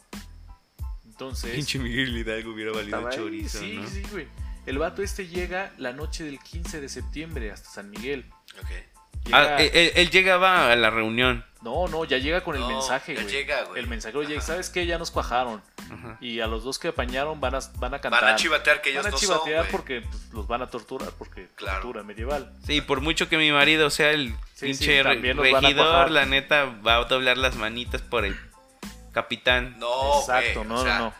S1: Entonces.
S2: Miguel Hidalgo hubiera
S1: estaba ahí, sí, sí, güey. El vato este llega la noche del 15 de septiembre hasta San Miguel.
S3: Ok.
S1: Llega-
S2: Ah, él, él- él llegaba a la reunión.
S1: No, no, ya llega con el
S3: No,
S1: mensaje,
S3: ya
S1: güey.
S3: llega, güey.
S1: El mensajero llega y
S3: Ajá.
S1: sabes qué, ya nos cuajaron.
S2: Ajá.
S1: Y a los dos que apañaron van a, van a cantar.
S3: Van a chivatear que ellos
S1: Van a
S3: no son,
S1: chivatear
S3: güey.
S1: porque pues, los van a torturar, porque
S3: Claro.
S1: tortura medieval.
S2: Sí, por mucho que mi marido sea el
S1: Sí,
S2: pinche
S1: sí,
S2: re-
S1: también los van a
S2: regidor,
S1: cuajar.
S2: la neta va a doblar las manitas por el capitán.
S3: No,
S1: Exacto,
S3: güey,
S1: no,
S3: o sea,
S1: no, no.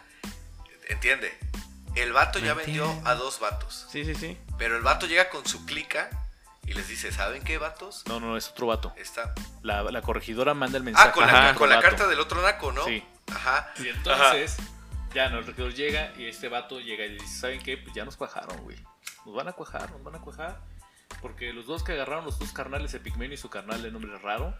S3: Entiende. El vato ya
S2: Me
S3: vendió
S2: entiendes.
S3: a dos vatos.
S2: Sí, sí, sí.
S3: Pero el vato llega con su clica y les dice, ¿saben qué vatos?
S1: No, no, es otro vato.
S3: Está.
S1: La, la corregidora manda el mensaje.
S3: Ah, con,
S1: al
S3: la,
S1: otro
S3: con la
S1: vato.
S3: carta del otro naco, ¿no?
S1: Sí.
S3: Ajá.
S1: Y entonces, ya no, el regidor llega y este vato llega y le dice, ¿saben qué? Pues ya nos cuajaron, güey. Nos van a cuajar, nos van a cuajar. Porque los dos que agarraron, los dos carnales, Epigmenio y su carnal de nombre raro,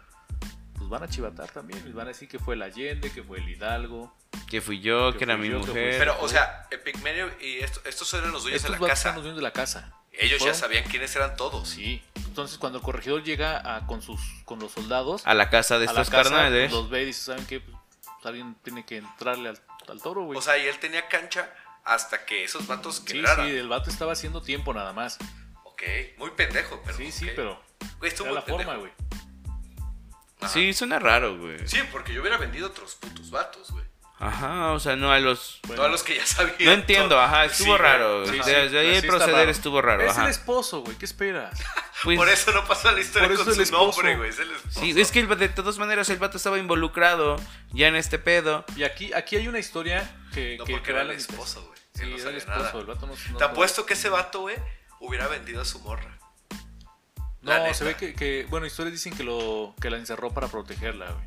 S1: pues van a chivatar también. Les van a decir que fue el Allende, que fue el Hidalgo.
S2: Que fui yo, que,
S1: Que
S2: era
S1: fui
S2: mi
S1: yo, que
S2: mujer.
S1: fui-
S3: Pero, o sea, Epigmenio y esto- estos eran los dueños
S1: Estos
S3: de la
S1: vatos eran
S3: casa.
S1: los dueños de la casa.
S3: Ellos ya
S1: Fueron-
S3: sabían quiénes eran todos.
S1: Sí. Entonces, cuando el corregidor llega a- con, sus, con los soldados,
S2: a la casa de
S1: a la
S2: estos
S1: casa,
S2: carnales.
S1: los ve y dice, ¿saben qué? Pues, alguien tiene que entrarle al, al toro, güey.
S3: O sea, y él tenía cancha hasta que esos vatos
S1: sí,
S3: quebraran.
S1: sí, el vato estaba haciendo tiempo nada más.
S3: Ok, muy pendejo, pero.
S1: sí, sí,
S3: ok.
S1: pero
S3: Güey, estuvo
S1: era
S3: muy
S1: la forma,
S3: pendejo.
S1: güey.
S3: Ajá.
S2: Sí, suena raro, güey.
S3: Sí, porque yo hubiera vendido otros putos vatos, güey.
S2: Ajá, o sea, no a los...
S1: Bueno,
S3: no a los que ya sabían.
S2: No entiendo,
S3: todo.
S2: ajá, estuvo
S3: Sí,
S2: raro.
S1: sí,
S2: o
S1: sí,
S2: sea, de ahí
S1: pero
S2: el
S1: sí está
S2: proceder
S1: raro.
S2: estuvo raro,
S1: es el
S2: ajá.
S1: esposo, güey, ¿qué esperas?
S2: Pues,
S3: Por eso no pasó la historia
S1: Por eso
S3: con
S1: el
S3: su
S1: esposo.
S3: nombre, güey. Es el esposo.
S2: Sí, es que el- de todas maneras el vato estaba involucrado ya en este pedo.
S1: Y aquí, aquí hay una historia que...
S3: No,
S1: que-
S3: porque
S1: que
S3: era
S1: va
S3: el
S1: a la mitad.
S3: esposo, güey.
S1: Sí,
S3: Él
S1: era
S3: no
S1: el
S3: sabía
S1: esposo,
S3: nada.
S1: el vato no... no
S3: Te apuesto que ese vato, güey, hubiera vendido a su morra. la
S1: No,
S3: neta.
S1: se ve que, que- Bueno, historias dicen que, lo, que la encerró para protegerla, güey.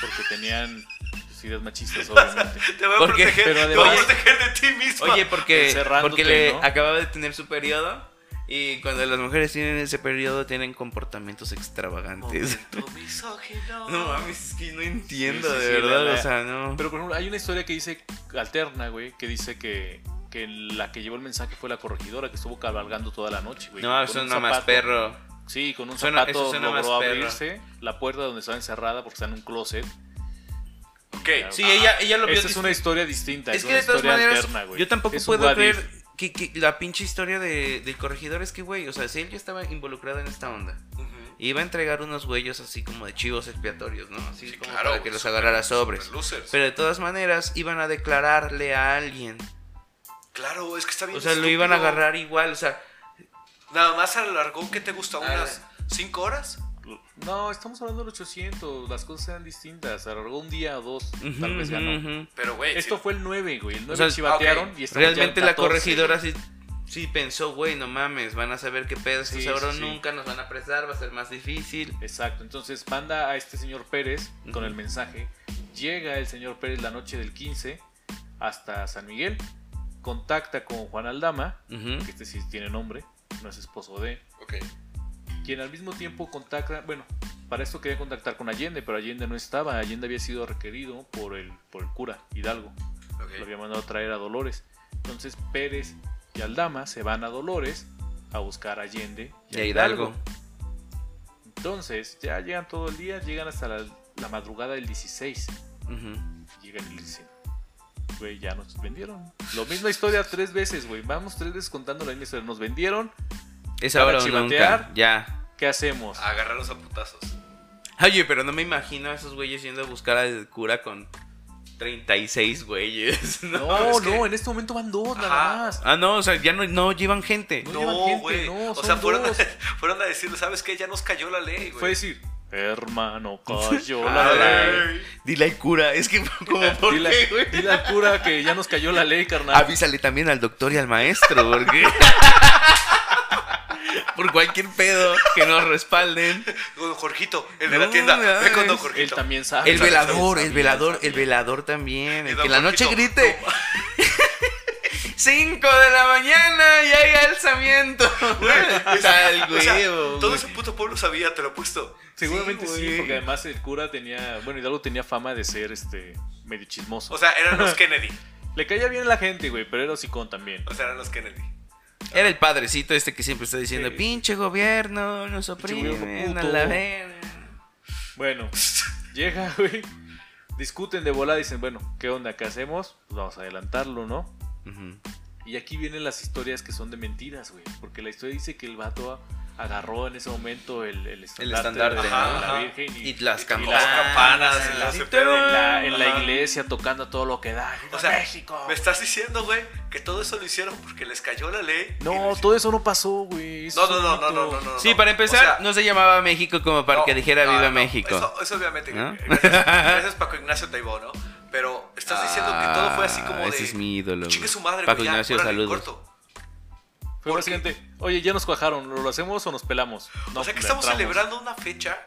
S1: Porque tenían pues, ideas machistas, obviamente.
S3: Te voy a
S2: Porque-
S3: proteger,
S1: pero
S3: te voy a
S1: además-
S3: proteger de ti mismo.
S2: Oye, porque,
S1: Encerrándote,
S2: porque le
S1: ¿no?
S2: acababa de tener su periodo y cuando las mujeres tienen ese periodo tienen comportamientos extravagantes.
S3: Momento misógino.
S2: No mames, es que no entiendo,
S1: Sí, sí,
S2: de
S1: sí, la-
S2: verdad,
S1: la-
S2: o sea, no.
S1: Pero por ejemplo, hay una historia que dice alterna, güey, que dice que, que la que llevó el mensaje fue la corregidora que estuvo cabalgando toda la noche, güey.
S2: No,
S1: Con
S2: eso
S1: un
S2: es nada más
S1: zapato-
S2: perro.
S1: Sí, con un
S2: Suena-
S1: zapato
S2: eso suena más
S1: logró
S2: perro.
S1: abrirse la puerta donde estaba encerrada porque está en un closet.
S3: Ok,
S2: Sí, ella, ella lo vio.
S1: Esa es
S2: dis-
S1: una historia distinta, es,
S2: Es que
S1: una
S2: de todas
S1: historia
S2: maneras,
S1: alterna, güey.
S2: yo tampoco
S1: Es un
S2: puedo
S1: what
S2: creer
S1: if.
S2: que, que la pinche historia de, del corregidor es que, güey, o sea, si él ya estaba involucrado en esta onda,
S3: Ujú.
S2: iba a entregar unos güeyos así como de chivos expiatorios, ¿no? Así
S3: Sí,
S2: como
S3: claro,
S2: para que
S3: güey,
S2: los
S3: super-
S2: agarrara sobres.
S3: super losers.
S2: Pero de todas maneras, iban a declararle a alguien.
S3: Claro, es que está bien.
S2: O sea, lo iban a
S3: estúpido.
S2: agarrar igual, o sea,
S3: Nada más alargó, ¿qué te gusta?
S2: Ah,
S3: ¿Unas 5 horas?
S1: No, estamos hablando del 800, las cosas eran distintas. Alargó un día o dos, tal
S2: ujú,
S1: vez ganó.
S2: ujú.
S3: Pero, güey.
S1: Esto
S3: sí.
S1: fue el 9, güey. El 9
S2: sea,
S1: chivatearon
S3: ok.
S1: y estamos ya
S2: Realmente
S1: en
S2: la
S1: 14.
S2: corregidora sí, sí pensó, güey, no mames, van a saber qué pedo estos
S1: Sí,
S2: cabrón,
S1: sí, sí.
S2: nunca nos van a apresar, va a ser más difícil.
S1: Exacto, entonces manda a este señor Pérez con
S2: Ujú.
S1: el mensaje. Llega el señor Pérez la noche del 15 hasta San Miguel. Contacta con Juan Aldama,
S2: Ujú.
S1: que este sí tiene nombre, no es esposo de,
S3: Ok.
S1: quien al mismo tiempo contacta, bueno, para esto quería contactar con Allende, pero Allende no estaba, Allende había sido requerido por el, por el cura Hidalgo, lo
S3: Ok.
S1: había mandado a traer a Dolores. Entonces Pérez y Aldama se van a Dolores a buscar a Allende
S2: Y a Hidalgo.
S1: Entonces, ya llegan todo el día, llegan hasta la, la madrugada del 16.
S2: Ujú.
S1: Llegan y le dicen, güey, ya nos vendieron. Lo misma historia tres veces, güey. Vamos tres veces contando la misma historia. Nos vendieron,
S2: Es
S1: Para
S2: ahora o nunca.
S1: chivatear.
S2: Ya.
S1: ¿qué hacemos?
S2: Ah,
S3: Agarrarlos a putazos.
S2: Oye, pero no me imagino a esos güeyes yendo a buscar al cura con 36 güeyes. ¿no?
S1: no,
S3: es
S1: no,
S3: que-
S1: en este momento van dos
S3: Ajá.
S1: nada más.
S2: Ah, no, o sea, ya no, no llevan gente.
S1: No llevan
S3: No,
S1: gente,
S3: güey.
S1: no,
S3: o
S1: son
S3: sea, fueron a,
S1: dos.
S3: fueron a decirle, ¿sabes qué? Ya nos cayó la ley, güey.
S1: Fue decir, hermano, cayó
S2: Ah,
S1: la ley.
S3: Ay.
S2: Dile al cura, es que como por
S1: Dile,
S2: qué, güey.
S1: dile al cura que ya nos cayó la ley, carnal.
S2: Avísale también al doctor y al maestro, porque. por cualquier pedo que nos respalden.
S3: Don Jorgito, el de
S2: No,
S3: la tienda.
S2: mames.
S3: Ve con Don
S2: Él
S1: Él
S3: Jorgito.
S1: también sabe.
S2: El velador, el
S1: Sabía,
S2: velador,
S1: sabía.
S2: el velador también.
S3: Y
S2: El
S3: don
S2: que en la noche
S3: Jorgito,
S2: grite. 5 de la mañana y hay alzamiento. Tal
S3: O sea,
S2: huevo,
S3: todo
S2: güey.
S3: ese puto pueblo sabía, te lo he puesto.
S1: Seguramente
S2: Sí,
S1: sí,
S2: güey.
S1: porque además el cura tenía, bueno, Hidalgo tenía fama de ser este medio chismoso.
S3: O sea, eran los Kennedy.
S1: le caía bien la gente, güey, pero era hocicón también.
S3: O sea, eran los Kennedy.
S2: Era el padrecito este que siempre está diciendo,
S1: Sí.
S2: pinche gobierno, nos
S1: Pinche gobierno
S2: oprimen a
S1: puto".
S2: la verga.
S1: Bueno, llega, güey. Discuten de volada, dicen, bueno, ¿qué onda? ¿Qué hacemos? Pues vamos a adelantarlo, ¿no?
S2: Ujú.
S1: Y aquí vienen las historias que son de mentiras, güey. Porque la historia dice que el vato agarró en ese momento el, el estandarte,
S2: estandarte,
S1: de la,
S3: ¿no?
S1: de la
S3: Ajá.
S1: Virgen y,
S2: Y las
S1: y
S2: campanas.
S3: campanas, y las-
S1: en
S3: ese
S1: la-
S3: pedo.
S1: en la, en la
S3: Ajá.
S1: iglesia tocando todo lo que da. ¡Viva
S3: O sea,
S1: México!
S3: me estás diciendo, güey, que todo eso lo hicieron porque les cayó la ley. y lo
S1: No,
S3: hicieron.
S1: todo eso no pasó, güey. Eso
S3: No,
S1: es
S3: no,
S1: un
S3: no, no,
S1: mito.
S3: no, no, no.
S2: Sí, para empezar,
S3: O sea,
S2: no se llamaba México como para
S3: no,
S2: que dijera
S3: no,
S2: Viva
S3: no,
S2: México.
S3: Eso, eso obviamente.
S2: ¿No?
S3: Gracias, gracias, Paco Ignacio Taibó, ¿no? Pero estás diciendo que todo fue así como
S2: Ah,
S3: de.
S2: Ese es mi ídolo.
S3: Chingue
S2: güey.
S3: su madre,
S2: Paco
S3: güey, ya,
S2: Ignacio,
S3: órale,
S2: saludos.
S3: corto.
S1: Fue
S3: Porque-
S1: básicamente, oye, ya nos cuajaron, ¿lo hacemos o nos pelamos? No,
S3: o sea que
S1: le
S3: estamos
S1: entramos.
S3: celebrando una fecha.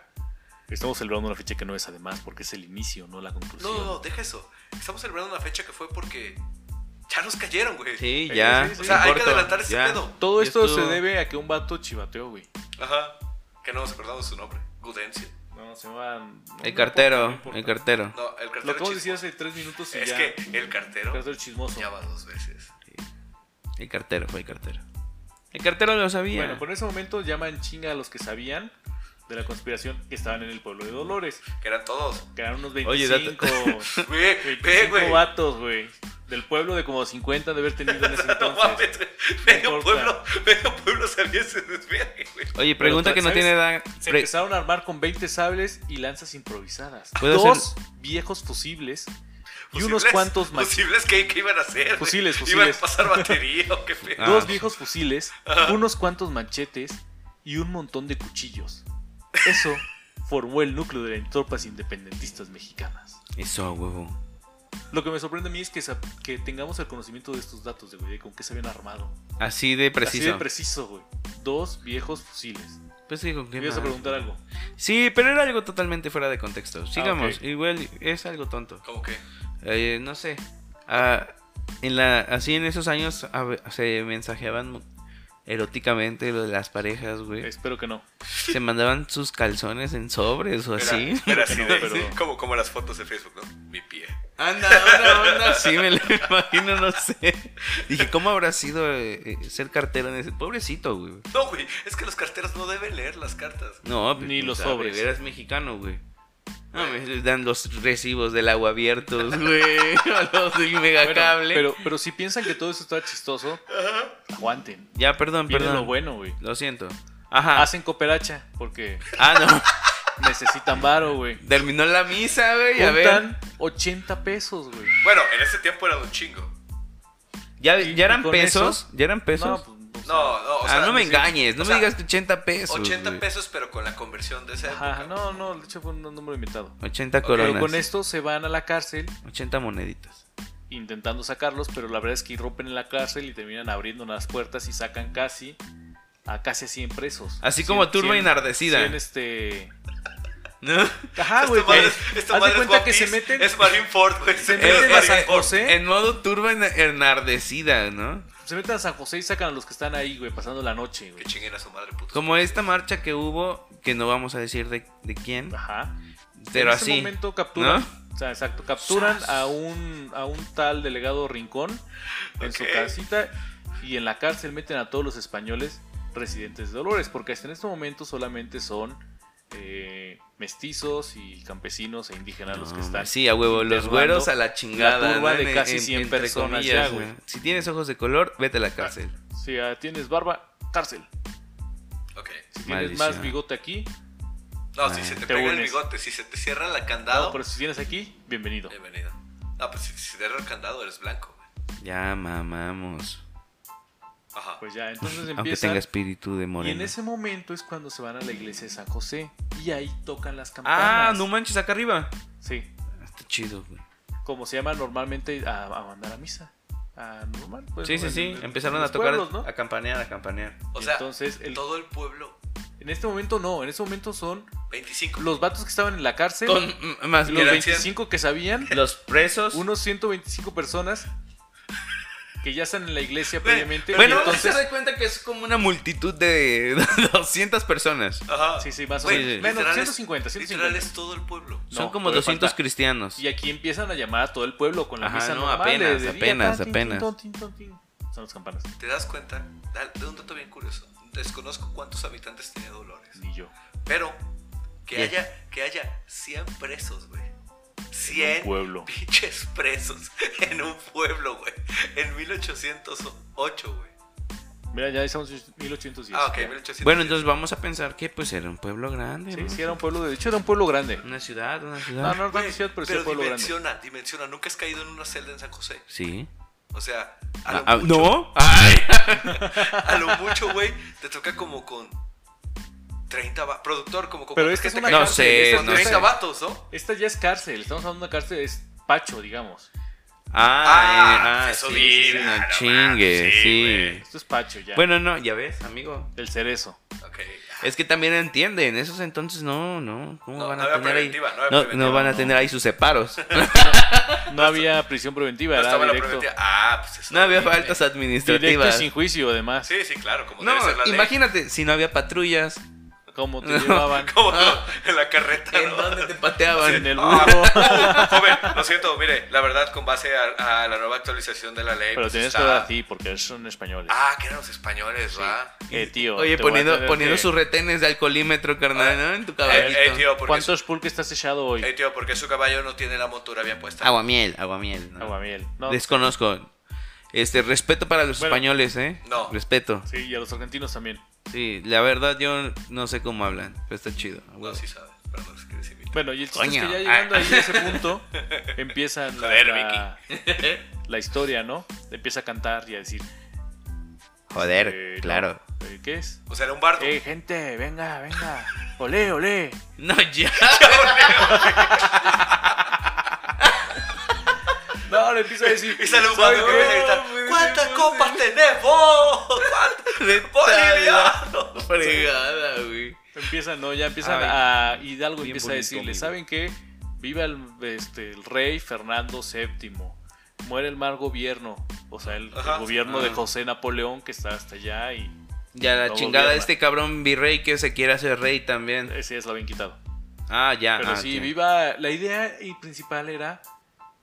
S1: Estamos celebrando una fecha que no es además, porque es el inicio, no la conclusión.
S3: No, no, no, deja eso. Estamos celebrando una fecha que fue porque ya nos cayeron, güey.
S2: Sí,
S1: Sí,
S2: ya.
S1: sí, sí.
S3: O sea, hay que
S2: corto,
S3: adelantar ese
S2: ya.
S3: pedo.
S1: Todo
S2: Ya
S1: esto se
S2: estuvo.
S1: debe a que un vato chivateó, güey.
S3: Ajá. Que no nos acordamos su nombre. Gudencio.
S1: No, se va... no, no
S2: El cartero,
S1: importa, no
S2: el
S1: importa.
S2: cartero.
S3: No, el
S1: Lo
S3: cartero.
S1: acabamos de decir
S3: chismoso.
S1: hace tres minutos y
S3: es
S1: ya.
S3: que el cartero
S1: El cartero chismoso.
S3: ya va dos veces.
S2: El cartero, fue el cartero. El cartero lo sabía.
S1: Bueno, por ese momento llaman chinga a los que sabían de la conspiración que estaban en el pueblo de Dolores.
S3: Que eran todos.
S1: Que eran unos
S2: Oye,
S1: 25,
S3: Güey, ve,
S1: 25
S3: güey.
S1: vatos, güey. Del pueblo de como 50 de haber tenido en ese
S3: No
S1: entonces.
S3: mames, güey. medio
S1: importa.
S3: pueblo, medio pueblo sabía ese desvergue, güey.
S2: Oye, pregunta
S1: Pero,
S2: que no
S1: ¿sabes?
S2: tiene edad.
S1: Se
S2: Pre-
S1: empezaron a armar con 20 sables y lanzas improvisadas.
S2: ¿Puedo
S1: Dos viejos fusibles y unos
S3: Fusibles-
S1: cuantos más.
S3: Fusibles que, que iban a hacer. güey?
S1: Fusiles,
S3: Iban
S1: fusiles.
S3: a pasar batería o qué pedo.
S2: Ah.
S1: Dos viejos fusiles, unos cuantos machetes y un montón de cuchillos. Eso formó el núcleo de las tropas independentistas mexicanas.
S2: Eso, huevo.
S1: Lo que me sorprende a mí es que, sa- que tengamos el conocimiento de estos datos, de güey, de con qué se habían armado.
S2: Así de preciso.
S1: Así de preciso, güey. Dos viejos fusiles.
S2: Pues sí, ¿con qué
S1: Me ibas a
S2: más?
S1: preguntar algo.
S2: Sí, pero era algo totalmente fuera de contexto. Sigamos,
S1: ok.
S2: igual es algo tonto.
S3: ¿Cómo que?
S2: Eh, no sé. Ah, en la, así en esos años a ve- se mensajeaban mu- eróticamente lo de las parejas, güey.
S1: Espero que no.
S2: Se mandaban sus calzones en sobres o
S3: Era-
S2: así.
S3: era así
S1: Pues No,
S3: de-
S1: pero-
S3: como, como las fotos de Facebook, ¿no? Mi pie.
S2: Anda, anda, anda. Sí, me lo imagino, no sé. Dije, ¿cómo habrá sido eh, eh, ser cartero en ese? Pobrecito, güey.
S3: No, güey, es que los carteros no deben leer las cartas.
S2: No,
S1: Ni
S2: pues,
S1: los
S2: o sea,
S1: sobres.
S2: Eras mexicano, güey. No, me dan los recibos del agua abiertos, güey. o los del
S1: Bueno,
S2: megacable.
S1: pero, pero si piensan que todo eso está chistoso, aguanten.
S2: Ya, perdón,
S1: Viene
S2: perdón.
S1: lo bueno, Ah, güey.
S2: Lo siento.
S3: Ah.
S2: Ajá.
S1: Hacen cooperacha porque
S2: Ah,
S1: necesitan varo, güey.
S2: no. Terminó la misa, güey. A ver.
S1: Juntan 80 pesos, güey.
S3: Bueno, en ese tiempo era un chingo.
S2: ¿Ya,
S1: ¿Y- y
S2: ya eran
S1: con
S2: pesos?
S1: eso?
S2: ¿Ya eran pesos?
S1: No, pues,
S3: No, no, o sea,
S2: ah, no me
S3: sí,
S2: engañes. No
S3: o
S2: me
S3: sea,
S2: digas que 80 pesos.
S3: 80
S2: güey.
S3: pesos, pero con la conversión de esa
S1: Ajá,
S3: época.
S1: no, no, de hecho fue un número inventado.
S2: 80
S3: Ok,
S2: coronas.
S1: Pero con esto se van a la cárcel
S2: 80 moneditas.
S1: intentando sacarlos, pero la verdad es que irrumpen en la cárcel y terminan abriendo las puertas y sacan casi a casi 100 presos.
S2: Así como Turba Enardecida.
S1: 100 este...
S2: ¿no?
S1: Ajá, güey.
S3: esta madre,
S1: pues,
S3: esta
S1: Haz
S3: madre
S1: de
S3: es
S1: cuenta que
S3: One
S1: se
S3: Piece,
S1: meten,
S3: Es Marine Ford, güey.
S1: se
S2: meten
S1: meten a
S2: a San
S1: San
S3: Marineford.
S1: José.
S2: En modo turba en- enardecida, ¿no?
S1: Se meten a San José y sacan a los que están ahí, güey, pasando la noche,
S3: Que
S1: güey.
S3: chinguen a su madre, puto.
S2: Como esta marcha que hubo, que no vamos a decir de, de quién,
S1: Ajá.
S2: pero
S1: en ese
S2: así.
S1: momento capturan,
S2: ¿no?
S1: o sea, exacto, capturan a un, a un tal delegado Rincón en su
S3: Ok.
S1: casita y en la cárcel meten a todos los españoles residentes de Dolores, porque hasta en este momento solamente son eh, mestizos y campesinos e indígenas los que
S2: No,
S1: están.
S2: sí, a huevo, los
S1: internando
S2: güeros a la chingada.
S1: la turba
S2: ¿no?
S1: de
S2: En-
S1: casi
S2: en-
S1: 100
S2: entre
S1: personas ya, güey.
S2: ¿no? Si tienes ojos de color, vete a la cárcel.
S1: Si ah, tienes barba, cárcel.
S3: Ok.
S1: Si tienes
S2: Maldición.
S1: más bigote aquí,
S3: No,
S2: Ah,
S3: si se te,
S1: te
S3: pega el
S1: unes.
S3: bigote, si se te cierra la
S1: no,
S3: candado.
S1: pero si tienes aquí, bienvenido.
S3: Bienvenido. No, pues si, si te cierra el candado, eres blanco, güey.
S2: Ya mamamos.
S3: Ajá.
S1: Pues ya, entonces
S2: Aunque
S1: empieza.
S2: tenga espíritu de
S1: Y en
S2: moreno.
S1: ese momento es cuando se van a la iglesia de San José y ahí tocan las
S2: Ah,
S1: campanas.
S2: no manches, acá arriba.
S1: Sí,
S2: Está chido, güey.
S1: como se llama normalmente a, a mandar a misa. A normal. pues,
S2: Sí, sí,
S1: en-
S2: sí.
S1: en-
S2: Empezaron
S1: en
S2: a
S1: los
S2: tocar,
S1: pueblos, ¿no?
S2: a campanear, a campanear.
S3: O sea,
S1: Entonces, el-
S3: todo el pueblo,
S1: en este momento no, en este momento son
S3: 25.
S1: los vatos que estaban en la cárcel,
S2: Con mm, más
S1: los
S2: mira,
S1: 25 que sabían,
S2: los presos.
S1: unos 125 personas que ya están en la iglesia
S3: Güey,
S1: previamente. y
S2: bueno, entonces... se
S1: entonces,
S2: da cuenta que es como una multitud de 200 personas.
S3: Ajá.
S1: sí, sí, más o
S3: Güey,
S1: menos.
S2: sí, sí.
S1: Menos,
S3: literal es-
S1: 150, 150.
S3: Literal es todo el pueblo.
S1: No,
S2: Son como
S1: todavía
S2: 200
S1: falta.
S2: cristianos.
S1: Y aquí empiezan a llamar a todo el pueblo con la
S2: Ajá,
S1: misa
S2: no,
S1: normal.
S2: apenas,
S1: de- de día,
S2: apenas,
S1: tan, tin,
S2: apenas.
S1: ton, tin, ton, tin. Son las campanas.
S3: ¿Te das cuenta? Dale, De un dato bien curioso. Desconozco cuántos habitantes tenía Dolores.
S1: Ni yo.
S3: Pero que
S2: Bien.
S3: haya que haya 100 presos, güey.
S1: En un
S3: 100
S1: pueblo.
S3: pinches presos en un pueblo, güey. En 1808, güey.
S1: Mira, ya estamos en 1810.
S3: Ah, ok, 1808.
S2: Bueno, entonces vamos a pensar que pues era un pueblo grande.
S1: Sí,
S2: ¿no?
S1: sí, era un pueblo. De hecho, era un pueblo grande.
S2: Una ciudad, una
S1: No,
S2: ciudad.
S1: Ah, no, no,
S3: Güey,
S1: ciudad, pero sí era
S3: pero
S1: un pueblo grande.
S3: dimensiona, dimensiona. Nunca has caído en una celda en San José.
S2: Sí.
S3: O sea, a lo,
S2: Ah, ah,
S3: mucho,
S2: ¿No? Ay.
S3: a lo mucho, güey, te toca como con 30 va- productor, como con
S1: Pero
S3: ¿cuántos
S1: esta es
S3: que
S1: una
S3: te
S2: No
S3: caen?
S1: cárcel,
S2: sé,
S1: esta es
S3: Con
S2: no
S1: una
S3: 30
S2: sé.
S1: cárcel.
S3: vatos, ¿no?
S1: Esta ya es cárcel. Estamos hablando de una cárcel. Es Pacho, digamos.
S2: Ah,
S3: Ah,
S2: eh, ah,
S3: eso
S2: sí,
S3: vi,
S2: sí, sí,
S3: ah,
S2: no
S3: no
S2: chingue,
S3: mames, sí,
S2: sí.
S3: güey.
S1: Esto es Pacho ya.
S2: Bueno, no, ya ves, amigo.
S1: El cerezo.
S3: Ok.
S2: Es que también entienden, esos entonces no, no, ¿cómo
S3: No,
S2: van
S3: no
S2: a
S3: había
S2: tener ahí?
S3: preventiva, no había
S2: no,
S3: preventiva,
S2: no van a
S3: no.
S2: tener ahí sus separos.
S1: No había prisión preventiva,
S3: No
S1: era
S3: estaba la
S1: directo.
S3: prometida. Ah, pues eso.
S2: No había
S3: viene.
S2: faltas
S1: Directo y
S2: administrativas.
S1: sin juicio, además.
S3: Sí, sí, claro, como
S2: No,
S3: debe ser la ley.
S2: imagínate, si no había patrullas,
S1: Como te llevaban
S3: Como en la carreta,
S2: ¿en
S3: ¿no?
S2: dónde te
S1: en
S2: pateaban?
S1: el
S3: Ah,
S1: burro.
S3: Joven, lo siento, mire, la verdad, con base a, a la nueva actualización de la ley.
S1: Pero
S3: pues,
S1: tienes que
S3: está-
S1: dar así, porque son españoles.
S3: Ah, que eran los españoles, va.
S1: Eh, tío.
S2: Oye,
S1: te voy a
S2: poniendo,
S1: tener
S2: poniendo
S1: que-
S2: sus retenes de alcoholímetro, carnal, ¿no? En tu
S3: Eh, eh,
S2: caballito.
S3: tío, porque su,
S1: ¿Cuántos pulques estás echado hoy?
S3: eh, tío, porque su caballo no tiene la montura bien
S2: Ah,
S3: puesta.
S2: Aguamiel, aguamiel. ¿no?
S1: Aguamiel. No,
S2: Desconozco. Este, respeto para los
S1: Bueno.
S2: españoles, ¿eh?
S3: No.
S2: Respeto.
S1: sí, y a los argentinos también.
S2: Sí, la verdad yo no sé cómo hablan, pero está chido. a huevo.
S3: No, sí sabe, pero no se quiere decir.
S1: Bueno, y el chiste
S2: Coño.
S1: es que ya llegando ahí a ese punto, empieza la,
S3: Ah. Joder,
S1: la, la historia, ¿no? Empieza a cantar y a decir.
S2: Joder,
S1: eh,
S2: claro.
S1: no, eh, ¿Qué es?
S3: O sea, era un bardo.
S1: Eh, gente, venga, venga. Olé, olé.
S2: No, ya.
S1: No, le empieza a decir.
S3: Y sale un
S1: "¿Sabe
S3: bardo que
S1: qué?
S3: empieza a gritar,
S2: muy bien,
S3: ¿Cuántas
S2: muy
S3: copas tenemos? ¿Cuántas?
S1: pues.
S3: ¡Bolivianos!
S2: Fregada, güey.
S1: Empiezan, ¿no? Ya empiezan
S2: Ay,
S1: a. Hidalgo
S2: bien
S1: empieza a
S2: bonito,
S1: decirle:
S2: amigo.
S1: ¿Saben qué? Viva el, este, el rey Fernando VII. Muere el mal gobierno. O sea, el, el
S3: Ajá.
S1: gobierno de
S2: Ah.
S1: José Napoleón que está hasta allá y
S2: Ya la
S1: No
S2: chingada
S1: gobierna.
S2: este cabrón virrey que se quiere hacer rey también.
S1: Ese es lo habían quitado.
S2: Ah, ya.
S1: Pero
S2: ah,
S1: sí,
S2: ok.
S1: viva. La idea y principal era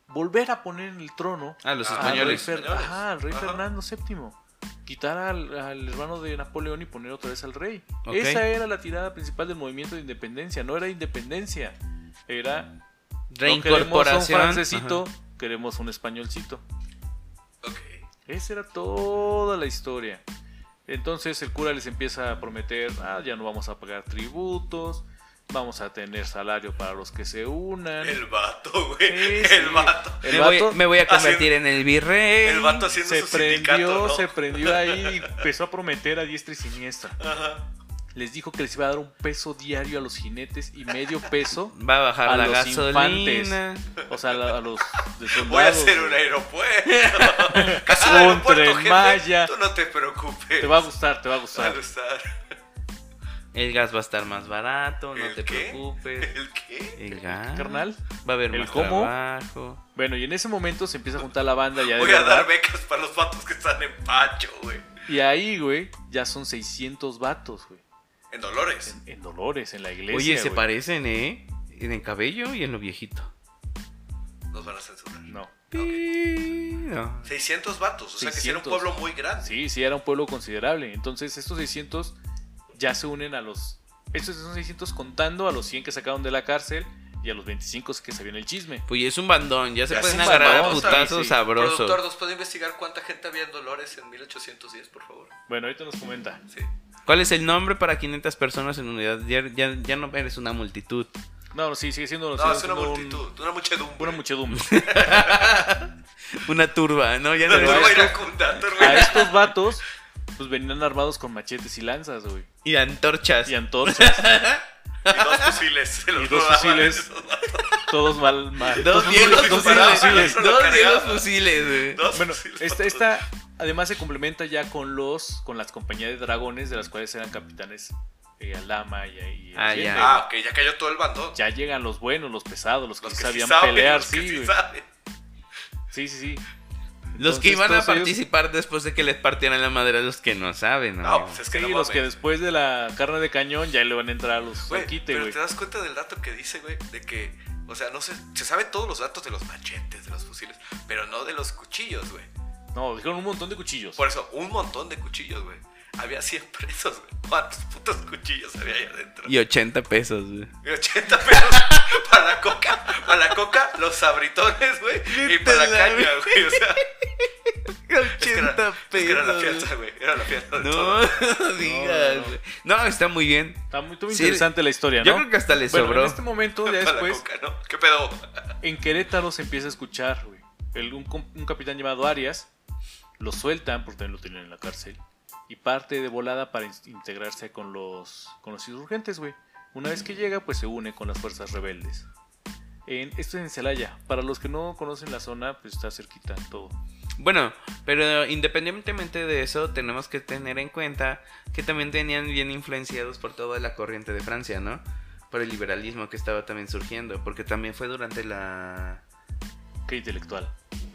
S1: volver a poner en el trono
S2: Ah, los
S3: Ah,
S1: al rey,
S2: españoles.
S1: Fer-
S3: españoles.
S1: ajá, al rey
S3: Ajá.
S1: Fernando VII. Quitar al, al hermano de Napoleón y poner otra vez al rey.
S2: Ok.
S1: Esa era la tirada principal del movimiento de independencia. No era independencia. Era. No queremos un
S2: Reincorporación.
S1: francesito,
S2: Ajá.
S1: queremos un españolcito.
S3: Ok.
S1: Esa era toda la historia. Entonces el cura les empieza a prometer, ah, ya no vamos a pagar tributos, vamos a tener salario para los que se unan.
S3: El vato, güey.
S1: Sí, sí.
S3: El vato.
S1: El
S2: me, voy,
S1: vato
S2: me voy a convertir
S3: haciendo-
S2: en el virrey.
S3: El vato haciendo
S1: se
S3: su
S1: prendió,
S3: sindicato, ¿no?
S1: se prendió ahí y empezó a prometer a diestra y siniestra.
S3: Ajá.
S1: Les dijo que les iba a dar un peso diario a los jinetes y medio peso,
S2: Va a bajar
S1: a
S2: la
S1: los
S2: gasolina.
S1: o sea, a, a los de soldados.
S3: Voy a hacer un aeropuerto. Cada
S1: Un
S3: aeropuerto,
S1: tren
S3: jefe,
S1: Maya.
S3: Tú no te preocupes.
S1: Te va a gustar, te va a
S3: Va a
S1: gustar.
S3: gustar.
S2: El gas va a estar más barato, no
S3: ¿El
S2: te
S3: qué?
S2: preocupes.
S3: ¿El qué?
S2: El gas.
S1: Carnal.
S2: Va a haber
S1: ¿El
S2: más
S1: cómo?
S2: trabajo.
S1: Bueno, y en ese momento se empieza a juntar la banda ya de
S3: Voy a
S1: verdad.
S3: dar becas para los vatos que están en Pacho, güey.
S1: Y ahí, güey, ya son 600 vatos, güey.
S3: En Dolores.
S1: En, en Dolores, en la iglesia.
S2: Oye, se
S1: güey.
S2: parecen, ¿eh? En el cabello y en lo viejito.
S3: Nos van a censurar.
S1: No.
S3: Ok.
S2: Pi- no.
S3: 600 vatos. O sea que si era un
S1: 600.
S3: pueblo muy grande.
S1: Sí, sí, era un pueblo considerable. Entonces, estos 600 ya se unen a los. Estos son 600 contando a los 100 que sacaron de la cárcel y a los 25 que se vio en el chisme.
S2: Pues es un bandón, ya se
S3: Ya
S2: pueden
S3: es un
S2: agarrar a
S3: bandón,
S2: putazos
S1: sí, sí.
S2: sabrosos.
S3: Productor, ¿nos puede investigar cuánta gente había en Dolores en 1810, por favor?
S1: Bueno, ahorita nos comenta.
S3: Sí.
S2: ¿Cuál es el nombre para 500 personas en unidad? Ya, ya, ya no eres una multitud.
S1: No, no, sí, sigue siendo.
S3: No,
S1: sigue
S3: es una
S1: siendo un-
S3: multitud, una muchedumbre.
S1: una muchedumbre.
S2: Una turba, ¿no? Ya no
S3: Una
S1: Pero
S2: eres-
S3: turba
S1: esto-
S3: iracunda, turba
S1: a estos vatos, pues venían armados con machetes y lanzas, güey.
S2: Y antorchas.
S1: Y antorchas,
S3: Y dos fusiles. se los
S1: Y dos
S3: robaban.
S1: fusiles. todos mal, mal.
S2: Dos
S1: todos
S2: viejos
S1: todos
S2: fusiles.
S1: fusiles.
S3: Solo
S2: Dos
S3: cargaba.
S2: viejos fusiles, güey.
S3: Dos
S1: Bueno,
S3: fusiles.
S1: esta, esta además se complementa ya con los con las compañías de dragones de las cuales eran capitanes eh, Alama y, y
S2: Ah,
S1: Allende.
S2: ya.
S3: Ah, ok, ya cayó todo el bandón.
S1: Ya llegan los buenos, los pesados, los que,
S3: Los
S1: sí
S3: que sí
S1: sabían
S3: saben,
S1: pelear,
S3: los que
S1: sí,
S3: sí
S1: güey.
S3: saben.
S1: sí, sí, sí.
S2: Los
S1: Entonces,
S2: que iban a
S1: todos ellos-
S2: participar después de que les partieran la madera, los que no saben,
S3: No,
S2: amigo.
S3: pues es
S1: Sí,
S3: que no
S1: los que
S3: mames.
S1: después de la carne de cañón ya le van a entrar a los
S3: Güey,
S1: quite,
S3: pero
S1: güey.
S3: te das cuenta del dato que dice, güey, de que, o sea, no sé, se saben todos los datos de los machetes, de los fusiles, pero no de los cuchillos, güey.
S1: No, dijeron un montón de cuchillos.
S3: Por eso, un montón de cuchillos, güey. Había 100 presos, güey. ¿Cuántos putos cuchillos había ahí adentro?
S2: Y 80 pesos, güey.
S3: Y 80 pesos para la coca, para la coca, los sabritones, güey, y
S2: Neta,
S3: para la
S2: la
S3: caña,
S2: verga.
S3: güey. O sea, es que era,
S2: 80
S3: es que era la
S2: pesos,
S3: fiesta, güey. Era la fiesta de todo.
S2: No, no digas. güey. No, está muy bien.
S1: Está muy, estuvo
S2: Sí,
S1: interesante la historia, ¿no?
S2: Yo creo que hasta le
S1: Bueno,
S2: sobró.
S1: en este momento, ya
S3: Para la
S1: después,
S3: coca, ¿no? ¿Qué pedo?
S1: En Querétaro se empieza a escuchar, güey. El- un, com- un capitán llamado Arias lo sueltan, porque también lo tienen en la cárcel, y parte de volada para in- integrarse con los, con los insurgentes, güey. Una vez que llega, pues se une con las fuerzas rebeldes. En, esto es en Celaya. Para los que no conocen la zona, pues está cerquita todo.
S2: Bueno, pero independientemente de eso, tenemos que tener en cuenta que también tenían bien influenciados por toda la corriente de Francia, ¿no? Por el liberalismo que estaba también surgiendo, porque también fue durante la...
S1: Qué intelectual.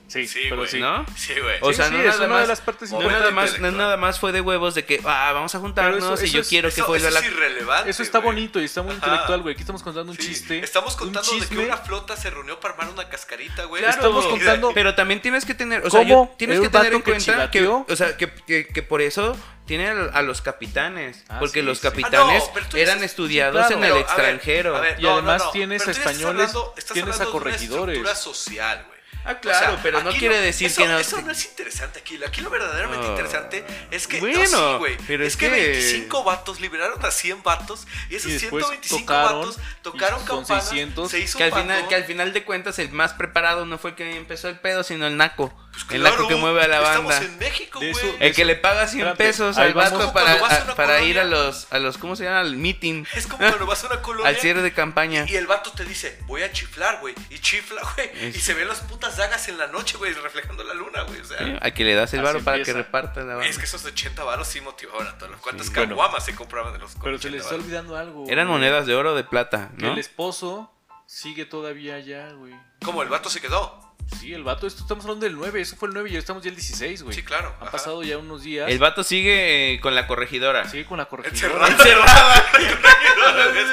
S1: Sí,
S3: Sí,
S1: pero
S3: güey.
S1: sí.
S2: ¿no?
S3: Sí, güey.
S2: O
S1: Sí,
S2: sea,
S1: sí,
S2: no
S1: es
S2: nada
S1: una
S2: más-
S1: de las partes
S2: No
S3: Muy
S2: nada,
S1: importantes.
S2: más, no
S3: intelectual.
S2: nada más fue de huevos de que, ah, vamos a juntarnos
S1: eso-
S2: y
S1: eso
S2: yo
S1: es-
S2: quiero
S3: eso,
S2: que vuelva la...
S3: eso es irrelevante.
S1: Eso está
S3: güey.
S1: bonito y está muy
S3: Ajá.
S1: intelectual, güey. Aquí estamos contando un
S3: Sí,
S1: chiste.
S3: Estamos
S1: un
S3: contando de que
S1: chisme.
S3: una flota se reunió para armar una cascarita, güey.
S2: Claro. Estamos
S3: Y de-
S1: contando-
S2: Pero también tienes que tener, o sea,
S1: ¿Cómo?
S2: yo- tienes
S1: ¿El
S2: que tener
S1: vato
S2: en
S1: que
S2: cuenta que,
S1: chivateó?
S2: o sea, que, que- que por eso tiene al- a los capitanes,
S1: Ah,
S2: porque
S1: sí,
S2: los
S1: sí.
S2: capitanes
S3: Ah, no, pero tú
S2: eran
S3: dices-
S2: estudiados
S1: sí, claro,
S2: en el
S1: pero,
S3: a ver,
S2: extranjero.
S3: a ver,
S1: Y además tienes
S3: Pero tú estás
S1: españoles,
S3: hablando- estás
S1: tienes a
S3: hablando de una
S1: corregidores.
S3: estructura social, güey.
S2: Ah, claro, pero no
S3: aquí
S2: quiere decir
S3: eso-
S2: que no-
S3: Eso no es interesante aquí. Aquí lo verdaderamente
S2: Ah.
S3: interesante es que.
S2: Bueno,
S3: Bueno, sí, güey.
S2: pero
S3: es
S2: es
S3: que
S2: que-
S3: 25 vatos liberaron a 100 vatos. Y esos
S1: Y después
S3: 125
S1: tocaron,
S3: vatos
S1: y
S3: tocaron
S1: son
S3: campanas.
S1: 600,
S3: se hizo
S2: que al,
S3: un
S2: final,
S3: bandón.
S2: que al final de cuentas el más preparado no fue el que empezó el pedo, sino el naco.
S3: Pues
S2: el
S3: claro,
S2: naco que mueve a la banda. eh,
S3: Estamos en México,
S1: De
S3: güey.
S1: eso-
S2: El que le paga 100
S1: Espérate,
S2: pesos
S1: ahí
S2: al vato
S1: vamos.
S2: para,
S3: Cuando vas a una
S2: a- para ir a
S3: colonia-
S2: los, a los, ¿cómo se llama? Al meeting,
S3: Es como cuando vas a una colonia.
S2: al cierre de campaña.
S3: Y el vato te dice, voy a chiflar, güey. Y chifla, güey.
S2: Es-
S3: Y se ven las putas dagas en la noche, güey, reflejando la luna, güey. O sea,
S2: ¿Sí? Al que le das el
S1: Así
S2: varo para que
S1: empieza.
S2: reparta la banda.
S3: es que esos 80 varos sí motivaron a todos. los- ¿Cuántas
S2: Sí.
S1: Bueno.
S3: caguamas se compraban de los
S1: Pero se
S3: 80
S1: les está
S3: varos?
S1: olvidando algo.
S2: Eran
S1: güey.
S2: monedas de oro o de plata,
S1: Que
S2: ¿no?
S1: el esposo sigue todavía allá, güey.
S3: ¿Cómo? ¿El vato se quedó?
S1: Sí, el vato, esto estamos hablando del 9, eso fue el 9 y ya estamos ya el 16, güey.
S3: Sí, claro.
S1: Han
S3: ajá.
S1: pasado ya unos días.
S2: El vato sigue eh, con la corregidora.
S1: Sigue con la corregidora.
S3: Encerrada. Encerrada.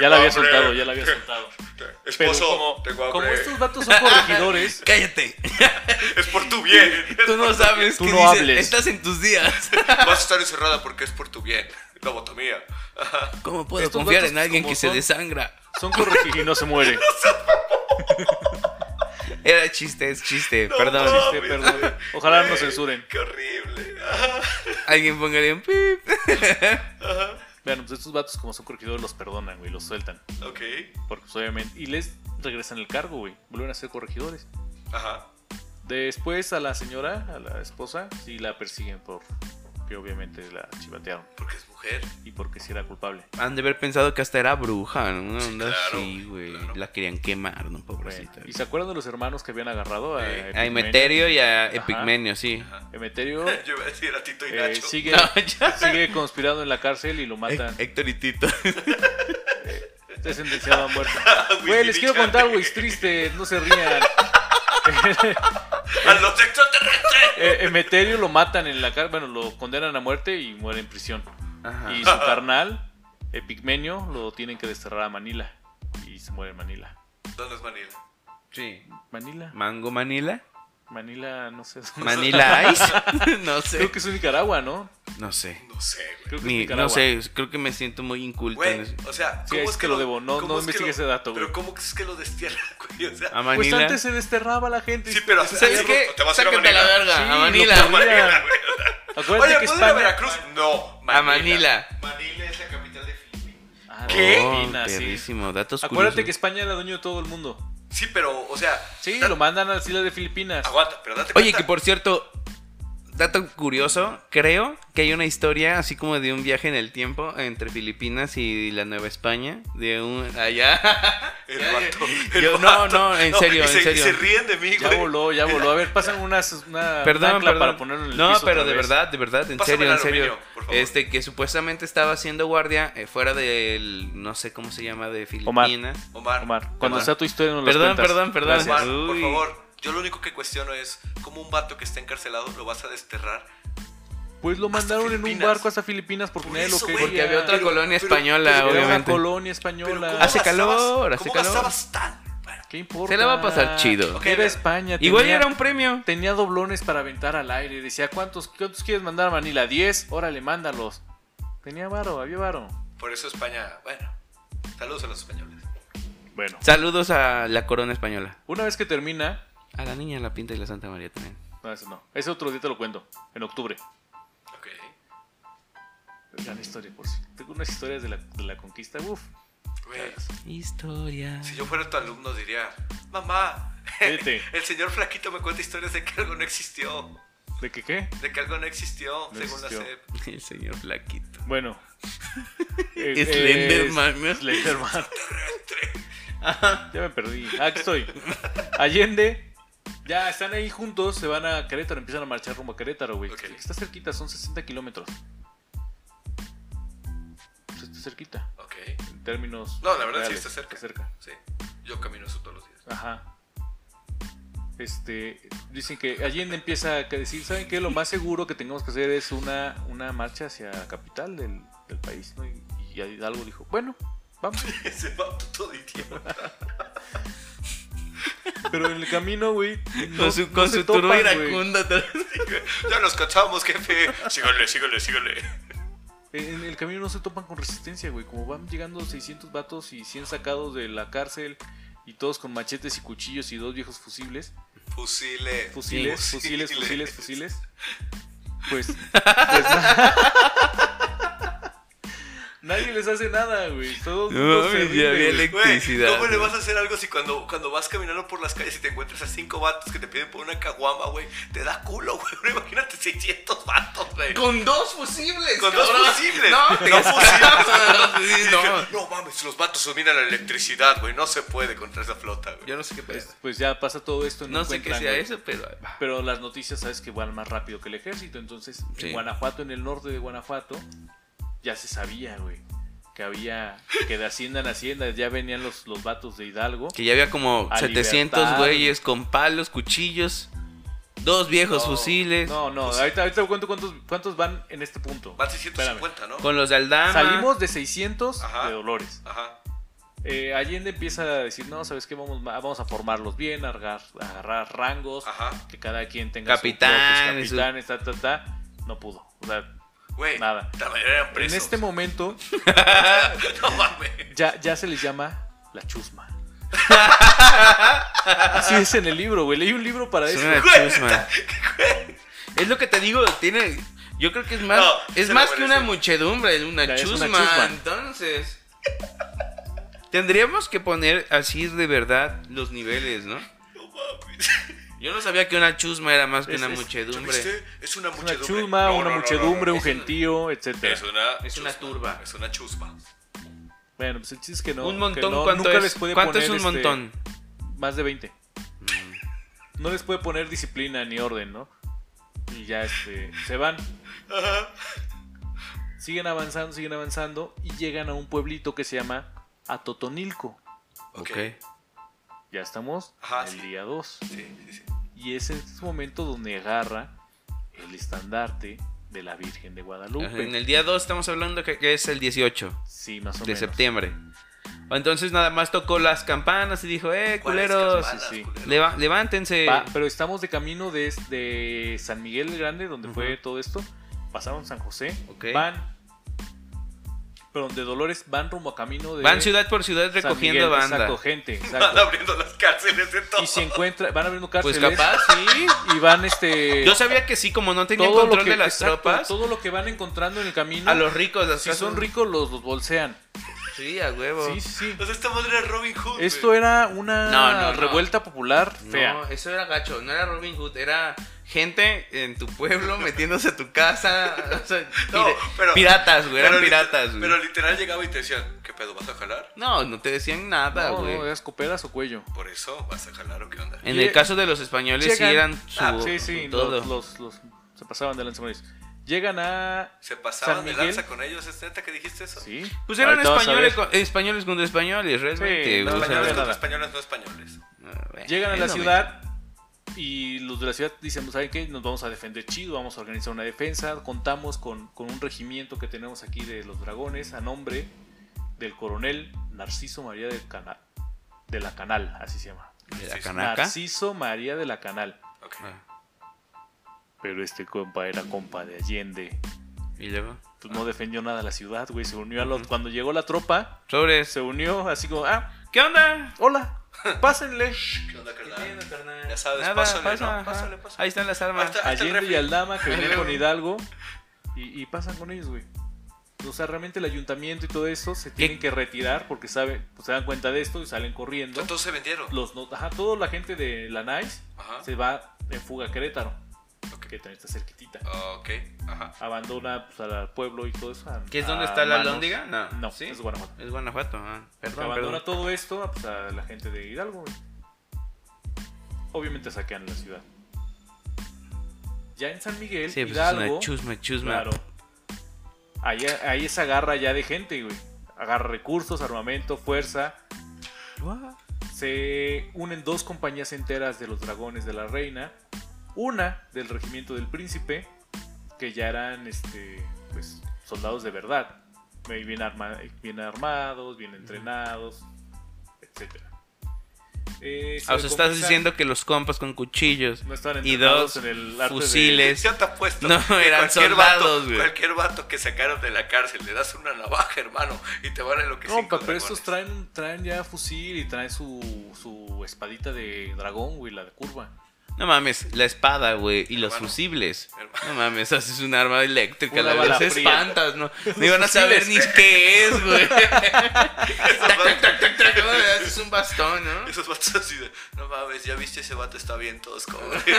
S1: Ya la había soltado, ya la había soltado. Pero
S3: eh. Esposo,
S1: como,
S3: tengo
S1: como
S3: hambre.
S1: estos vatos son corregidores,
S2: Cállate.
S3: Es por tu bien.
S2: Tú no sabes
S1: Tú
S2: qué
S1: no
S2: dices.
S1: hables.
S2: Estás en tus días.
S3: Vas a estar encerrada porque es por tu bien. Lobotomía.
S2: ¿Cómo puedo
S1: Estos
S2: confiar
S1: vatos
S2: en alguien
S1: como
S2: que
S1: son-
S2: se desangra?
S1: son corregidores y no se muere.
S2: Era chiste, es chiste.
S3: No
S2: Perdón.
S3: mames.
S1: Este, perdón. Ojalá no censuren.
S3: Qué horrible. Ajá.
S2: Alguien pongaría un pip.
S1: Vean, pues estos vatos, como son corregidores, los perdonan, güey, los sueltan.
S3: Ok.
S1: Porque pues, obviamente. Y les regresan el cargo, güey. Vuelven a ser corregidores.
S3: Ajá.
S1: Después a la señora, a la esposa, sí la persiguen por que obviamente la chivatearon
S3: Porque es mujer.
S1: y porque sí era culpable.
S2: Han de haber pensado que hasta era bruja, ¿no? Una
S3: Sí,
S2: onda
S3: claro,
S2: así, güey.
S3: claro.
S2: La querían quemar, ¿no?
S1: Bueno,
S2: Pobrecita.
S1: ¿Y se acuerdan de los hermanos que habían agarrado a,
S3: Eh,
S2: A Emeterio y a Epigmenio, sí.
S1: Emeterio
S3: Yo iba a decir a Tito y
S1: eh,
S3: Nacho.
S1: sigue,
S2: No, ya. Eh,
S1: sigue conspirando en la cárcel y lo matan. Este
S2: Hé- Héctor y Tito.
S1: Está sentenciado a muerte.
S3: Willy
S1: Güey, les quiero contar,
S3: Bichante.
S1: güey, es triste, no se rían.
S3: A los extraterrestres.
S1: Eh, Emeterio lo matan en la cárcel, bueno, lo condenan a muerte y muere en prisión.
S2: Ajá.
S1: Y su carnal, Epigmenio, lo tienen que desterrar a Manila. Y se muere en Manila.
S3: ¿Dónde es Manila?
S2: Sí.
S1: Manila.
S2: Mango Manila.
S1: Manila, no sé. dónde-
S2: Manila Ice. no sé.
S1: Creo que es en Nicaragua, ¿no?
S2: No sé.
S3: No sé, güey.
S1: Creo que es
S2: Ni-
S1: Nicaragua.
S2: no sé, creo que me siento muy inculto en
S3: Güey,
S2: eso.
S3: o sea,
S1: Sí, es que lo debo, no-
S3: cómo
S1: no
S3: es que
S1: investigué
S3: lo-
S1: ese dato, güey.
S3: Pero ¿cómo es que lo destierra, güey? O sea,
S2: A
S1: Pues
S2: Manila.
S1: antes se desterraba la gente.
S3: sí, pero...
S2: ¿Sabes qué?
S3: Te vas a ir a
S2: Sácate a la
S3: Manila.
S2: verga.
S1: Sí,
S2: a
S1: lo
S2: Manila.
S1: pongo-
S3: Manila, güey.
S1: Acuérdate
S3: Oye,
S1: que
S3: ¿puedo ir a
S1: España...
S3: Veracruz? No,
S2: A Manila.
S4: Manila es la capital de Filipinas.
S1: Ah,
S3: ¿Qué?
S2: Oh,
S1: Argentina, sí.
S2: perrísimo, Datos
S1: Acuérdate que
S2: curiosos.
S1: España era dueño de todo el mundo.
S3: Sí, pero, o sea...
S1: Sí,
S3: da-
S1: lo mandan a las islas de Filipinas.
S3: Aguanta, pero date
S2: Oye,
S3: cuenta.
S2: que por cierto, dato curioso, creo que hay una historia así como de un viaje en el tiempo entre Filipinas y la Nueva España. De un. Allá.
S3: El vato, el
S2: Yo- no,
S3: vato.
S2: no, en serio,
S3: y
S2: en
S3: se,
S2: serio.
S3: Y se ríen de mí,
S1: Ya
S3: güey.
S1: voló, ya voló. A ver, pasan unas, una
S2: Perdón,
S1: ancla
S2: perdón.
S1: para ponerlo en el
S2: no,
S1: piso
S2: pero
S1: otra
S2: de
S1: vez.
S2: verdad, de verdad, en
S3: Pásame
S2: serio,
S3: el
S2: en serio.
S3: aluminio, por favor.
S2: Este que supuestamente estaba haciendo guardia eh, fuera del no sé cómo se llama de
S1: Omar.
S2: Filipinas.
S3: Omar,
S1: Omar, cuando
S2: Omar.
S1: sea tu historia nos la
S2: Perdón,
S1: cuentas.
S2: perdón, perdón.
S1: Gracias.
S3: Omar, por
S2: Uy.
S3: favor. Yo lo único que cuestiono es cómo un vato que está encarcelado lo vas a desterrar.
S1: Pues lo
S3: Hasta
S1: mandaron en un
S3: Filipinas.
S1: barco hasta Filipinas porque
S3: Por
S1: nadie
S3: eso,
S1: lo quería.
S3: güey,
S2: Porque había otra
S3: Pero-
S2: colonia
S3: pero-
S2: española,
S1: Era una
S2: obviamente.
S1: colonia
S3: Pero
S1: española.
S3: ¿cómo
S2: Hace
S3: gastabas-
S2: calor, hace
S3: ¿Cómo
S2: calor.
S3: gastabas tan? Bueno,
S1: ¿Qué importa?
S2: Se la va a pasar chido.
S1: Ok, Era España.
S2: Igual
S1: tenía-
S2: era un premio.
S1: Tenía doblones para aventar al aire. Decía, ¿cuántos, cuántos quieres mandar a Manila? ¿10? Órale, mándalos. Tenía varo, había varo.
S3: Por eso España, bueno. Saludos a los españoles.
S1: Bueno.
S2: Saludos a la corona española.
S1: Una vez que termina...
S2: A la niña la pinta y la Santa María también.
S1: No, ese no. Ese otro día te lo cuento. En octubre.
S3: Ok.
S1: Gran historia, por si. Tengo unas historias de la, de la conquista. Uf.
S3: Güey,
S2: Historia.
S3: si yo fuera tu alumno diría, mamá,
S1: Vete.
S3: el señor flaquito me cuenta historias de que algo no existió.
S1: ¿De qué qué?
S3: De que algo no existió,
S1: No
S3: según
S1: existió.
S3: la SEP.
S2: El señor flaquito.
S1: Bueno. Eh, eh,
S2: Slenderman. ¿no?
S1: Slenderman. ya me perdí. Ah, Aquí estoy. Allende. Ya están ahí juntos, se van a Querétaro, empiezan a marchar rumbo a Querétaro, güey.
S3: Ok.
S1: Está cerquita, son 60 kilómetros. Pues Está cerquita,
S3: Ok,
S1: en términos.
S3: No, la verdad sí está cerca.
S1: cerca.
S3: sí. Yo camino eso todos los días.
S1: Ajá. Este, dicen que Allende empieza a decir, ¿saben qué? Lo más seguro que tengamos que hacer es una, una marcha hacia la capital del, del país, ¿no? Y, y Hidalgo dijo, bueno, vamos.
S3: Ese vato todo idiota.
S1: Pero en el camino, güey. no-
S2: Con su,
S1: no
S2: con
S1: se
S2: su
S1: topan,
S2: turba
S1: güey.
S2: iracunda. tal-
S3: Ya nos cachamos, jefe. Sígale, sígale, sígale.
S1: En el camino no se topan con resistencia, güey. Como van llegando 600 vatos y 100 sacados de la cárcel y todos con machetes y cuchillos y dos viejos fusibles.
S3: Fusile.
S1: Fusiles,
S2: Sí.
S1: fusiles, fusiles,
S3: Fusiles.
S1: fusiles. Pues. pues na- Nadie les hace nada, güey. Todos.
S2: No
S1: todos
S2: mames,
S1: se
S2: ya
S1: rinden,
S2: había
S1: güey.
S2: le- Electricidad,
S3: ¿Cómo le
S2: güey.
S3: vas a hacer algo si cuando, cuando vas caminando por las calles y te encuentras a cinco vatos que te piden por una caguama, güey? Te da culo, güey. Ahora Imagínate 600 vatos, güey.
S2: Con dos fusibles.
S3: Con dos
S2: cabrón.
S3: fusibles.
S2: No, te-
S3: no fusibles.
S2: Sí,
S3: Y
S2: no.
S3: dije, no mames, los vatos dominan la electricidad, güey. No se puede contra esa flota, güey.
S2: Yo no sé qué
S1: Pues,
S2: pasa.
S1: pues ya pasa todo esto.
S2: No sé qué
S1: encuentran,
S2: sea
S1: güey.
S2: eso, pero. ahí va.
S1: Pero las noticias sabes que van más rápido que el ejército. Entonces,
S2: Sí.
S1: en Guanajuato, en el norte de Guanajuato, ya se sabía, güey. que había, que de hacienda en hacienda ya venían los, los vatos de Hidalgo.
S2: Que ya había como
S1: A
S2: 700
S1: libertar.
S2: güeyes con palos, cuchillos, dos viejos
S1: No,
S2: fusiles,
S1: No, no,
S2: Pues
S1: ahorita, ahorita cuento cuántos, cuántos van en este punto.
S3: Van
S1: Espérame.
S3: 650, ¿no?
S2: con los de Aldama.
S1: Salimos de 600
S3: Ajá.
S1: de Dolores.
S3: Ajá.
S1: Eh, Allende empieza a decir, no, ¿sabes qué? Vamos, ma- vamos a formarlos bien, a agarrar, a agarrar rangos,
S3: Ajá.
S1: que cada quien tenga su
S2: Capitán,
S1: propio-
S2: su-
S1: capitanes, ta, ta, ta. No pudo. O sea,
S3: Güey.
S1: Nada.
S3: La mayoría eran presos.
S1: en este momento
S3: No mames.
S1: ya, ya se les llama la chusma. Así es en el libro, güey. Leí un libro para
S2: Es
S1: eso.
S2: una
S3: Güey,
S2: chusma. Es lo que te digo, tiene. Yo creo que es más.
S3: No,
S2: es
S3: se
S2: más
S3: lo
S2: que una
S3: merece.
S2: muchedumbre, es una,
S1: Es una
S2: chusma,
S1: chusma.
S2: Entonces. Tendríamos que poner así de verdad los niveles, ¿no?
S3: No mames.
S2: Yo no sabía que una chusma era más que
S1: Es-
S2: una
S1: es-
S2: muchedumbre.
S3: ¿Viste? Es una
S1: Es una
S3: muchedumbre.
S1: chusma,
S3: No,
S1: una
S3: no, no, no,
S1: muchedumbre,
S3: no.
S1: un gentío, etcétera.
S3: Es una,
S2: Es una turba.
S3: Es una chusma.
S1: Bueno, pues el chiste es que no.
S2: un
S1: que
S2: montón,
S1: no-
S2: ¿cuánto
S1: nunca
S2: es?
S1: les puede
S2: ¿Cuánto
S1: poner,
S2: es un
S1: este,
S2: montón?
S1: Más de 20.
S3: Mm.
S1: No les puede poner disciplina ni orden, ¿no? Y ya este, se van.
S3: Ajá.
S1: Siguen avanzando, siguen avanzando y llegan a un pueblito que se llama Atotonilco.
S3: Ok.
S2: ok.
S1: Ya estamos
S3: Ajá,
S1: en el
S3: sí.
S1: día 2.
S3: Sí, sí, sí.
S1: Y es en ese momento donde agarra el estandarte de la Virgen de Guadalupe.
S2: En el día 2 estamos hablando que, que es el 18
S1: Sí, más o
S2: de
S1: menos.
S2: septiembre. Entonces nada más tocó las campanas y dijo, eh,
S3: ¿Cuáles
S2: culeros,
S3: campanas,
S1: sí, sí.
S3: culeros?
S2: leva- levántense.
S1: Pa- Eh, pero estamos de camino desde San Miguel el Grande, donde fue
S2: Ujú.
S1: todo esto. Pasaron San José,
S2: Ok.
S1: van. Perdón, de Dolores van rumbo a camino de.
S2: Van ciudad por ciudad
S1: San
S2: recogiendo
S1: Miguel,
S2: banda.
S1: Exacto, gente.
S3: Van
S1: Exacto.
S3: abriendo las cárceles de todo.
S1: Y se encuentra, van abriendo cárceles.
S2: Pues capaz,
S1: sí. Y van este.
S2: Yo sabía que sí, como no tenían
S1: todo lo
S2: control
S1: que-
S2: de las
S1: exacto,
S2: tropas,
S1: Todo lo que van encontrando en el camino.
S2: a los ricos las
S1: si son
S2: casas-
S1: ricos, los, los bolsean.
S2: Sí, a huevo.
S1: Sí, sí. sí.
S3: Entonces esta madre era Robin Hood. güey.
S1: Esto era una
S2: No, no, no.
S1: revuelta popular
S2: No,
S1: fea.
S2: eso era gacho, no era Robin Hood, era gente en tu pueblo metiéndose a tu casa. o sea,
S3: No,
S2: pir-
S3: pero-
S2: piratas, güey, eran
S3: Pero literal-
S2: piratas, güey.
S3: Pero literal llegaba y te decían, ¿qué pedo? ¿Vas a jalar?
S2: No, no te decían nada,
S1: No, eh,
S2: güey.
S1: no, eras coperas o cuello.
S3: ¿Por eso vas a jalar o qué onda?
S2: en
S1: Lle-
S2: el caso de los españoles sí
S1: eh, llegan-
S2: eran su
S3: Ah,
S1: Sí, sí,
S2: todo.
S1: los, los, los- se pasaban de lanza con ellos. Llegan a.
S3: ¿Se pasaban
S1: San
S3: de
S1: Miguel.
S3: lanza con ellos? ¿Es neta que dijiste eso?
S1: Sí.
S2: Pues eran
S1: Ahorita vas a
S2: españoles,
S1: ver.
S2: con- españoles contra españoles, realmente.
S1: Sí, no,
S2: o sea,
S3: Españoles
S1: había
S3: contra
S1: nada.
S3: españoles, no españoles.
S2: bueno,
S1: Llegan a
S2: es
S1: la
S2: lo
S1: ciudad y los de la ciudad dicen, "Pues, ¿saben qué? Nos vamos a defender chido, vamos a organizar una defensa. Contamos con, con un regimiento que tenemos aquí de los dragones a nombre del coronel Narciso María del Canal. De la Canal, así se llama.
S2: mismo. De la
S3: Sí, sí.
S2: canaca.
S1: Narciso María de la Canal.
S3: Ok.
S2: Ah,
S1: Pero este compa era compa de Allende.
S2: y luego.
S1: Pues no defendió nada la ciudad, güey. Se unió a los... Cuando llegó la tropa,
S2: Sobres.
S1: se unió así como, ah,
S2: ¿Qué onda?
S1: hola, pásenle.
S3: ¿Qué onda, carnal?
S2: Ya
S3: Ya sabes,
S2: Nada,
S3: pásale,
S2: pasa,
S3: ¿no?
S2: ajá.
S3: Pásale, pásale.
S2: Ahí están las armas.
S3: Ahí está.
S1: Allende y
S3: refri.
S1: Aldama que venían
S2: luego.
S1: con Hidalgo y, y pasan con ellos, güey. O sea, realmente el ayuntamiento y todo eso se tienen que retirar porque saben, pues se dan cuenta de esto y salen corriendo.
S3: Todos se vendieron.
S1: Los, no- ajá, toda la gente de la NICE
S3: Ajá.
S1: se va en fuga a Querétaro,
S3: Ok.
S1: que también está cerquitita.
S3: Ok. Ajá.
S1: Abandona pues, al pueblo y todo eso. a-
S2: ¿Qué es
S1: a
S2: donde está la
S1: manos-
S2: alhóndiga? No.
S1: No,
S2: ¿Sí?
S1: es Guanajuato.
S2: Es Guanajuato. ah,
S1: Que
S2: Perdón,
S1: abandona
S2: perdón.
S1: todo esto ah, pues, a la gente de Hidalgo. güey. Obviamente saquean la ciudad. Ya en San Miguel,
S2: Sí, pues es
S1: Hidalgo,
S2: una chusma, chusma.
S1: claro. Ahí, ahí esa garra ya de gente, güey. Agarra recursos, armamento, fuerza.
S2: Ah,
S1: Se unen dos compañías enteras de los dragones de la reina. Una del regimiento del príncipe, que ya eran este, pues, soldados de verdad. eh, Bien, arma- bien armados, bien entrenados, Eh, etc.
S2: Ah, o sea, estás diciendo que los compas con cuchillos
S1: no estaban
S2: y
S1: entrenados
S2: dos
S1: en el arte de-
S2: fusiles. Es-
S3: Ya te apuesto.
S2: No,
S3: que
S2: eran
S3: cualquier
S2: soldados,
S3: vato,
S2: güey.
S3: Cualquier vato que sacaron de la cárcel, le das una navaja, hermano, y te van a lo que
S1: No, pero estos traen, traen ya fusil y traen su, su espadita de dragón, güey, la de curva.
S2: No mames, la espada, güey, y los
S3: Hermano.
S2: fusibles.
S3: Hermano.
S2: No mames, haces un arma eléctrica,
S1: Una
S2: la
S1: bala
S2: verdad,
S1: fría.
S2: espantas, ¿no? No iban a saber ni qué es, güey. No, haces un bastón, ¿no?
S3: Esos vatos así de, no mames, ya viste ese vato, está bien tosco. güey".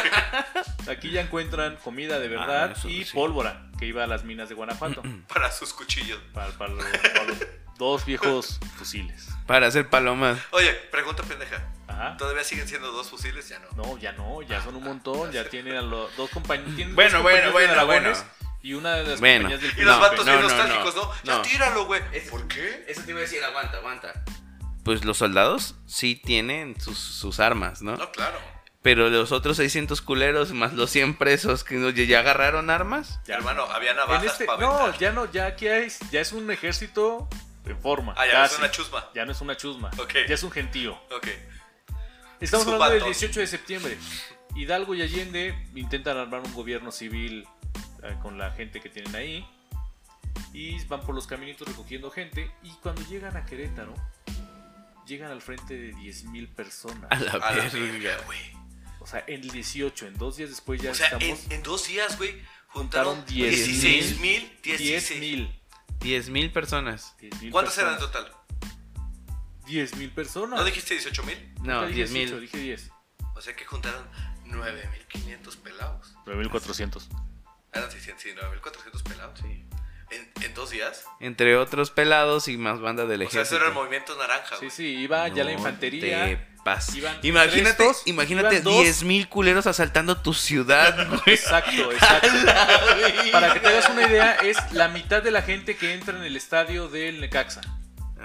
S1: Aquí ya encuentran comida de verdad
S2: Ah, eso
S1: y
S2: sí.
S1: pólvora que iba a las minas de Guanajuato
S3: Para sus cuchillos.
S1: para, para los, para los dos viejos fusiles.
S2: Para hacer palomas.
S3: Oye, pregunta pendeja.
S1: Ajá.
S3: ¿Todavía siguen siendo dos fusiles? Ya no.
S1: No, ya no, ya son un montón, ya tienen a los dos compañeros.
S2: Bueno, bueno, bueno,
S1: dragones
S2: bueno.
S1: Y una de las
S2: Bueno.
S1: compañías del
S3: Y los
S2: No,
S3: vatos
S2: no,
S3: bien
S2: no,
S3: nostálgicos, ¿no?
S2: no,
S3: Ya
S2: no.
S3: tíralo, güey.
S2: Es-
S3: ¿Por qué?
S2: Eso te iba a decir, aguanta, aguanta. Pues los soldados sí tienen sus, sus armas, ¿no?
S3: No, claro.
S2: Pero los otros 600 culeros más los 100 presos que no- ya agarraron armas.
S1: Ya,
S3: Hermano, había
S1: En
S3: navajas
S1: este-
S3: para
S1: no, ya no, ya aquí es, ya es un ejército en forma.
S3: Ah, ya es
S1: casi.
S3: una chusma.
S1: Ya no es una chusma.
S3: Ok.
S1: Ya es un gentío.
S3: Ok.
S1: Estamos
S3: Es un
S1: hablando del
S3: vato.
S1: 18 de septiembre. Hidalgo y Allende intentan armar un gobierno civil eh, con la gente que tienen ahí. Y van por los caminitos recogiendo gente. Y cuando llegan a Querétaro, llegan al frente de 10.000
S2: A
S1: personas.
S2: la
S3: A la
S2: verga.
S3: verga, güey.
S1: O sea, el 18, en dos días después ya
S3: O sea, en,
S1: estamos
S3: en dos días, güey, juntaron
S1: Juntaron diez
S3: 16 mil, 16
S1: 10.000.
S2: 10.000 personas.
S1: 10,000
S3: ¿Cuántas eran en
S1: personas.
S3: total?
S1: 10.000 personas.
S3: ¿No dijiste 18 mil?
S2: No,
S1: Nunca dije 18,
S2: 10.000.
S1: Dije 10.
S3: O sea que juntaron 9.500 pelados.
S1: 9.400.
S3: Eran 600, sí, 9.400 pelados.
S2: Sí.
S3: ¿En, en dos días?
S2: Entre otros pelados y más banda del
S3: O sea,
S2: ejército.
S3: eso era el movimiento naranja,
S1: Sí,
S3: güey.
S1: sí, iba Ah, ya la
S2: No
S1: infantería.
S2: te pases.
S1: iban
S2: imagínate,
S1: tres, dos,
S2: imagínate
S1: iban dos.
S2: 10.000 culeros asaltando tu ciudad, güey.
S1: Exacto, exacto. Para que te hagas una idea, es la mitad de la gente que entra en el estadio del Necaxa.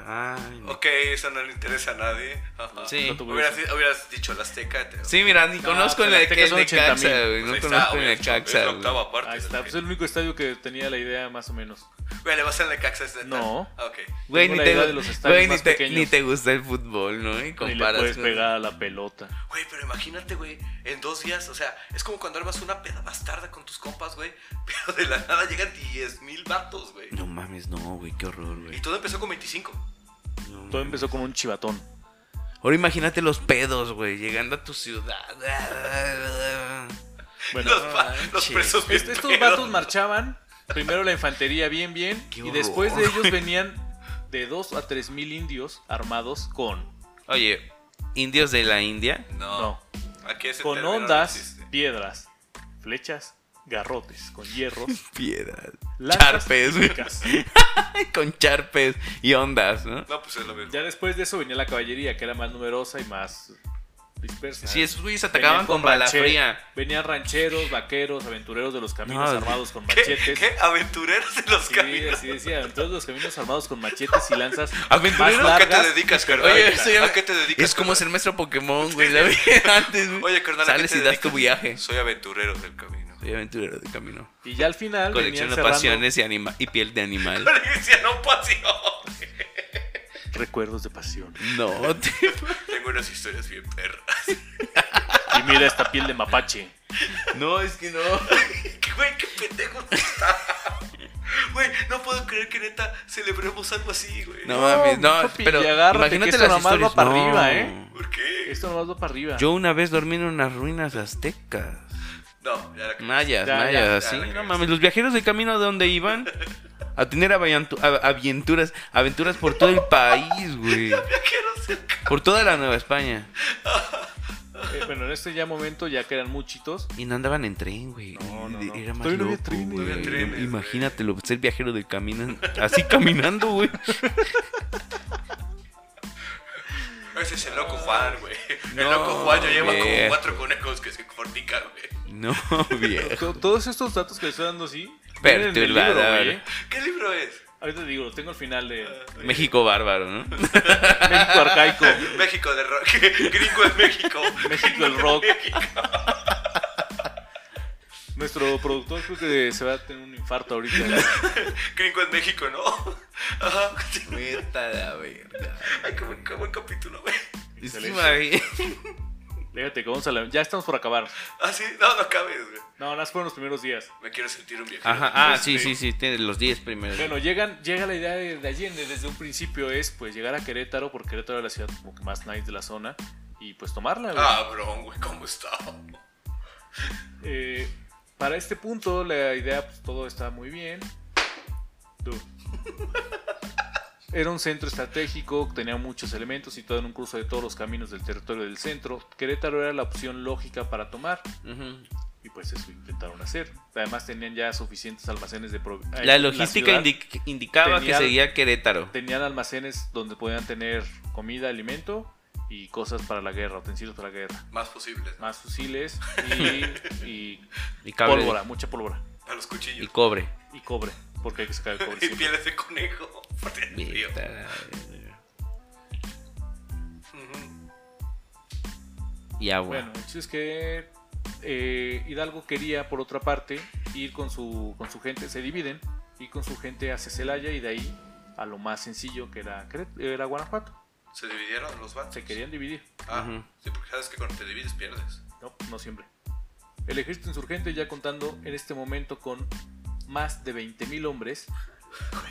S2: Ay, no.
S3: Ok, eso no le interesa a nadie. Ajá.
S2: Sí.
S1: No tuvo
S3: Hubieras,
S1: eso.
S3: hubieras dicho el Azteca. te-
S2: Sí, mira, ni
S1: No,
S2: conozco
S1: Ah, pero este
S2: el
S1: Azteca
S2: de que es
S1: son 80,000.
S2: Necaxa, güey.
S3: Pues
S2: No
S3: ahí está,
S2: conozco el
S3: hubieras dicho, es
S2: Necaxa,
S3: la
S2: güey.
S3: octava parte.
S1: Ahí
S3: de
S1: está,
S3: lo
S1: pues es
S3: que-
S1: el único estadio que tenía la idea más o menos.
S3: Güey, le vas al Necaxa. es neta.
S1: No.
S3: Ah, Ok.
S2: Güey,
S1: Tengo
S2: ni
S1: la
S2: te,
S1: idea de los estadios
S2: güey, ni
S1: más
S2: te-
S1: pequeños.
S2: ni te gusta el fútbol, ¿no? Y
S1: Y le
S2: comparas
S1: puedes
S2: con-
S1: pegar a la pelota.
S3: Güey, pero imagínate, güey, en dos días, o sea, es como cuando armas una peda bastarda con tus compas, güey, pero de la nada llegan 10 mil vatos, güey.
S2: No mames, no, güey, qué horror, güey.
S3: Y todo empezó con 25.
S2: No
S1: Todo
S2: mames.
S1: empezó con un chivatón.
S2: Ahora imagínate los pedos, güey, llegando a tu ciudad.
S1: Bueno, ah,
S3: los, va- los
S2: manches.
S3: presos bien
S1: est- estos
S3: pedos.
S1: vatos marchaban. Primero la infantería, bien, bien.
S2: Qué
S1: Y después de
S2: horror.
S1: ellos venían de 2 a 3 mil indios armados con,
S2: Oye, indios de la India.
S3: No. Aquí ese
S1: con
S3: término no
S1: ondas,
S3: existe.
S1: piedras, flechas, garrotes, con hierros,
S2: Piedras.
S1: lanzas
S2: Charpes,
S1: y
S2: güey.
S1: picas.
S2: Con charpes y ondas, ¿no?
S3: No, pues es lo mismo.
S1: Ya después de eso venía la caballería, que era más numerosa y más dispersa.
S2: Sí, esos güeyes
S1: Venían
S2: atacaban con bala
S1: ranche-
S2: fría.
S1: Venían rancheros, vaqueros, aventureros de los caminos
S2: No,
S1: armados con
S3: ¿Qué?
S1: machetes.
S3: ¿Qué? Aventureros de los
S1: Sí,
S3: caminos.
S1: sí, sí, aventureros de los caminos armados con machetes y lanzas
S2: Aventureros,
S1: más
S3: ¿A qué te
S1: largas.
S3: dedicas, carnal?
S2: Oye, eso ya-
S3: ¿A qué te dedicas?
S2: Es como ser maestro Pokémon, güey.
S3: Sí,
S2: la
S3: sí.
S2: vi antes, güey.
S3: Oye, carnal, ¿a qué
S2: Sales
S3: te
S2: y das tu
S3: dedicas?
S2: viaje.
S3: Soy aventurero del camino.
S2: Soy aventurero de camino.
S1: Y ya al final venían
S2: Colecciono
S1: cerrando
S2: pasiones y, anima y piel de animal.
S3: Alicia, no pasó.
S1: recuerdos de pasión.
S2: No, te-
S3: Tengo unas historias bien perras.
S1: Y mira esta piel de mapache.
S2: no, es que no.
S3: ¿Qué, güey, qué pendejo Güey, no puedo creer que neta celebremos algo así, güey.
S2: No mames, no,
S1: papi,
S2: pero
S1: y agárrate,
S2: imagínate
S1: que esto
S2: las
S1: nomás va
S2: historias.
S1: para
S2: No.
S1: arriba, ¿eh?
S3: ¿Por qué?
S1: Esto nomás va para arriba.
S2: Yo una vez dormí en unas ruinas aztecas.
S3: No, ya la
S2: Mayas,
S1: Ya,
S2: mayas,
S1: ya,
S3: ya,
S2: sí,
S3: la
S2: no
S3: cagaste.
S2: mames, los viajeros del camino de donde iban a tener aviantu- a- aventuras, aventuras por todo el país, güey.
S3: quiero ser.
S2: Por toda la Nueva España.
S1: Eh, bueno, en este ya momento ya que eran muchitos.
S2: Y no andaban en tren, güey.
S1: No, no, no.
S2: Era más
S1: Todavía no había
S2: loco,
S1: trenes,
S2: güey.
S1: no
S3: había trenes,
S2: Imagínatelo, ser viajero del camino, así caminando, güey.
S3: Ese es el loco Juan, güey. el
S2: No,
S3: loco Juan ya lleva como
S2: güey.
S3: cuatro conejos que se fornican, güey.
S2: No, viejo.
S1: to- Todos estos datos que le estoy dando así. vienen en el libro,
S2: Perturbador.
S1: güey. eh.
S3: ¿Qué libro es?
S1: Ahorita te digo, lo tengo al final de
S2: México bárbaro, ¿no?
S1: México Arcaico.
S3: México de rock. Gringo en México.
S1: México el
S3: Gringo en
S1: rock.
S3: México.
S1: Nuestro productor creo que se va a tener un infarto ahorita.
S3: Gringo en México, ¿no? Ajá.
S2: Vete a la verga.
S3: Ay, qué buen, qué buen capítulo, güey.
S1: Excelente. Fíjate que vamos a la- Ya estamos por acabar.
S3: Ah, sí, no, no cabes, güey.
S1: No, nada más fueron los primeros días.
S3: Me quiero sentir un viajero.
S2: Ajá, ah, sí, sí, sí, tiene los 10 primeros.
S1: Bueno, llegan, llega la idea de, de Allende desde un principio es pues llegar a Querétaro, porque Querétaro es la ciudad como que más nice de la zona, y pues tomarla. güey.
S3: Cabrón, Ah, güey, ¿cómo estaba?
S1: Eh, para este punto la idea, pues todo está muy bien. Du. Era un centro estratégico, tenía muchos elementos, situado en un cruce de todos los caminos del territorio del centro. Querétaro era la opción lógica para tomar,
S2: Ujú.
S1: y pues eso intentaron hacer. Además tenían ya suficientes almacenes de... provi- eh,
S2: La logística
S1: ciudad
S2: indic- indicaba que
S1: tenía-
S2: seguía Querétaro.
S1: tenían almacenes donde podían tener comida, alimento y cosas para la guerra, utensilios para la guerra.
S3: Más posible.
S1: Más fusiles y, y
S2: Y cable.
S1: pólvora, mucha pólvora.
S3: A los
S2: Y
S3: cuchillos.
S2: cobre.
S1: y cobre, porque hay que sacar el cobre
S3: Y,
S1: siempre.
S3: pieles de conejo. Por Dios mío.
S2: Vete a la verga.
S3: Ujú.
S2: Y agua.
S1: Bueno, el chiste es que eh, Hidalgo quería, por otra parte, ir con su, con su gente, se dividen, ir con su gente hacia Celaya y de ahí a lo más sencillo que era, Queret- era Guanajuato.
S3: Se dividieron los vatos.
S1: Se querían dividir,
S3: Ah,
S2: Ujú.
S3: sí, porque sabes que cuando te divides pierdes.
S1: ¿no? No siempre. El ejército insurgente ya contando en este momento con más de 20.000 hombres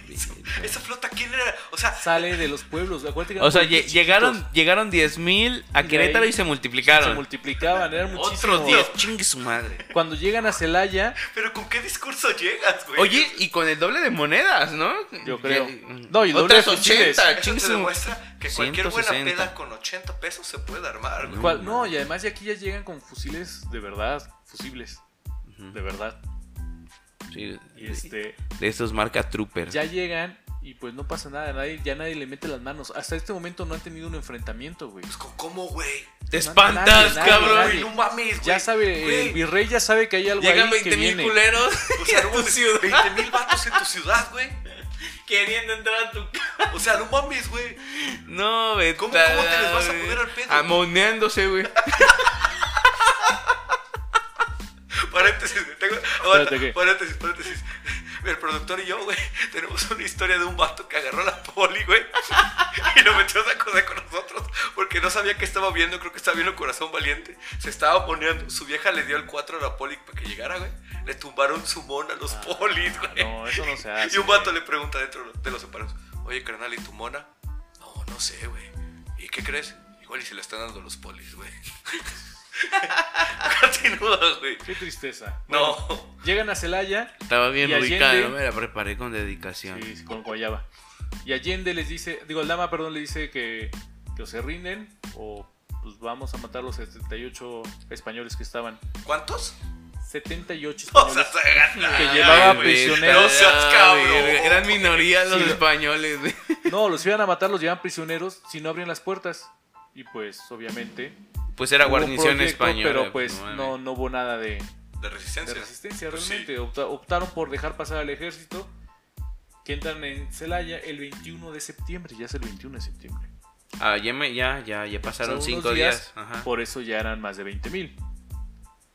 S3: Esa, esa flota, ¿quién era? O sea,
S1: sale de los pueblos. Acuérdate que eran
S2: O sea,
S1: pueblos
S2: lle- llegaron,
S1: pues, chiquitos,
S2: llegaron 10.000 a
S1: de
S2: Querétaro
S1: ahí
S2: y se
S1: Se
S2: multiplicaron.
S1: multiplicaban, eran muchísimos.
S2: Otros 10, chingue su madre.
S1: Cuando llegan a Celaya,
S3: pero ¿con qué discurso llegas, güey?
S2: Oye, y con el doble de monedas, ¿no?
S1: Yo creo.
S2: Ya-
S1: No, y doble
S2: Otras
S1: de fusiles.
S2: 80,
S3: Eso
S2: chingue
S3: te
S2: su
S3: demuestra que cualquier buena
S2: 160.
S3: peda con 80 pesos se puede armar, güey.
S1: ¿Cuál? No, y además ya aquí ya llegan con fusiles de verdad, fusibles, de verdad.
S2: Sí,
S1: Y este,
S2: De esos marca Trooper.
S1: ya llegan y pues no pasa nada, nadie, ya nadie le mete las manos. Hasta este momento no han tenido un enfrentamiento, güey.
S3: Pues, ¿con ¿Cómo, güey?
S2: Te
S1: no, nadie,
S2: espantas,
S1: nadie,
S2: cabrón.
S1: nadie.
S3: Güey, no mames, güey.
S1: Ya sabe,
S3: Güey,
S1: el virrey ya sabe que hay algo
S2: Llegan
S1: ahí que
S2: 20 mil
S1: viene.
S2: culeros
S3: O sea, no mames, 20 mil vatos en tu ciudad, güey.
S2: queriendo entrar a tu casa.
S3: O sea, no mames, güey.
S2: No, vete.
S3: ¿Cómo- cómo te
S2: a la
S3: les vas a
S2: verga.
S3: poner al pedo?
S2: Amoneándose, güey.
S3: Paréntesis, güey, tengo. aguanta,
S1: Espérate, ¿qué?
S3: paréntesis, paréntesis. El productor y yo, güey, tenemos una historia de un vato que agarró la poli, güey, y lo metió a esa cosa con nosotros porque no sabía qué estaba viendo. Creo que estaba viendo Corazón Valiente. Se estaba poniendo. Su vieja le dio el 4 a la poli para que llegara, güey. Le tumbaron su mona a los polis, güey.
S1: Ah, No, eso no se hace.
S3: Y un vato le pregunta dentro de los separos, oye carnal, ¿y tu mona? No, no sé, güey. ¿Y qué crees? Igual y se la están dando los polis, güey. Continúa, güey.
S1: Qué tristeza.
S3: No.
S1: Llegan a Celaya,
S2: Estaba bien
S1: Y Allende-
S2: ubicado, me la preparé con dedicación.
S1: sí, con Guayaba. Y Allende les dice, digo, el dama, perdón, le dice que, que o se rinden o pues vamos a matar los 78 españoles que estaban.
S3: ¿Cuántos?
S1: 78
S3: O sea,
S1: españoles.
S3: se gana.
S1: Que
S2: Ah,
S1: llevaba
S2: vete
S1: prisioneros.
S2: a
S3: No seas
S2: la
S3: cabrón.
S2: verga. Eran minoría los
S1: Sí.
S2: españoles, güey.
S1: No, los iban a matar, los llevan prisioneros si no abrían las puertas. Y pues, obviamente.
S2: Pues era
S1: hubo
S2: guarnición
S1: proyecto,
S2: española.
S1: Pero pues
S2: mames.
S1: no, no hubo nada de,
S3: De
S1: de
S3: resistencia.
S1: resistencia
S3: Pues
S1: realmente.
S3: sí.
S1: Opta- optaron por dejar pasar al ejército. Que entran en Celaya el 21 de septiembre. Ya es el 21 de septiembre.
S2: Ah, ya, me- ya, ya, ya pasaron
S1: Son unos
S2: cinco días. Ajá.
S1: Por eso ya eran más de 20 mil.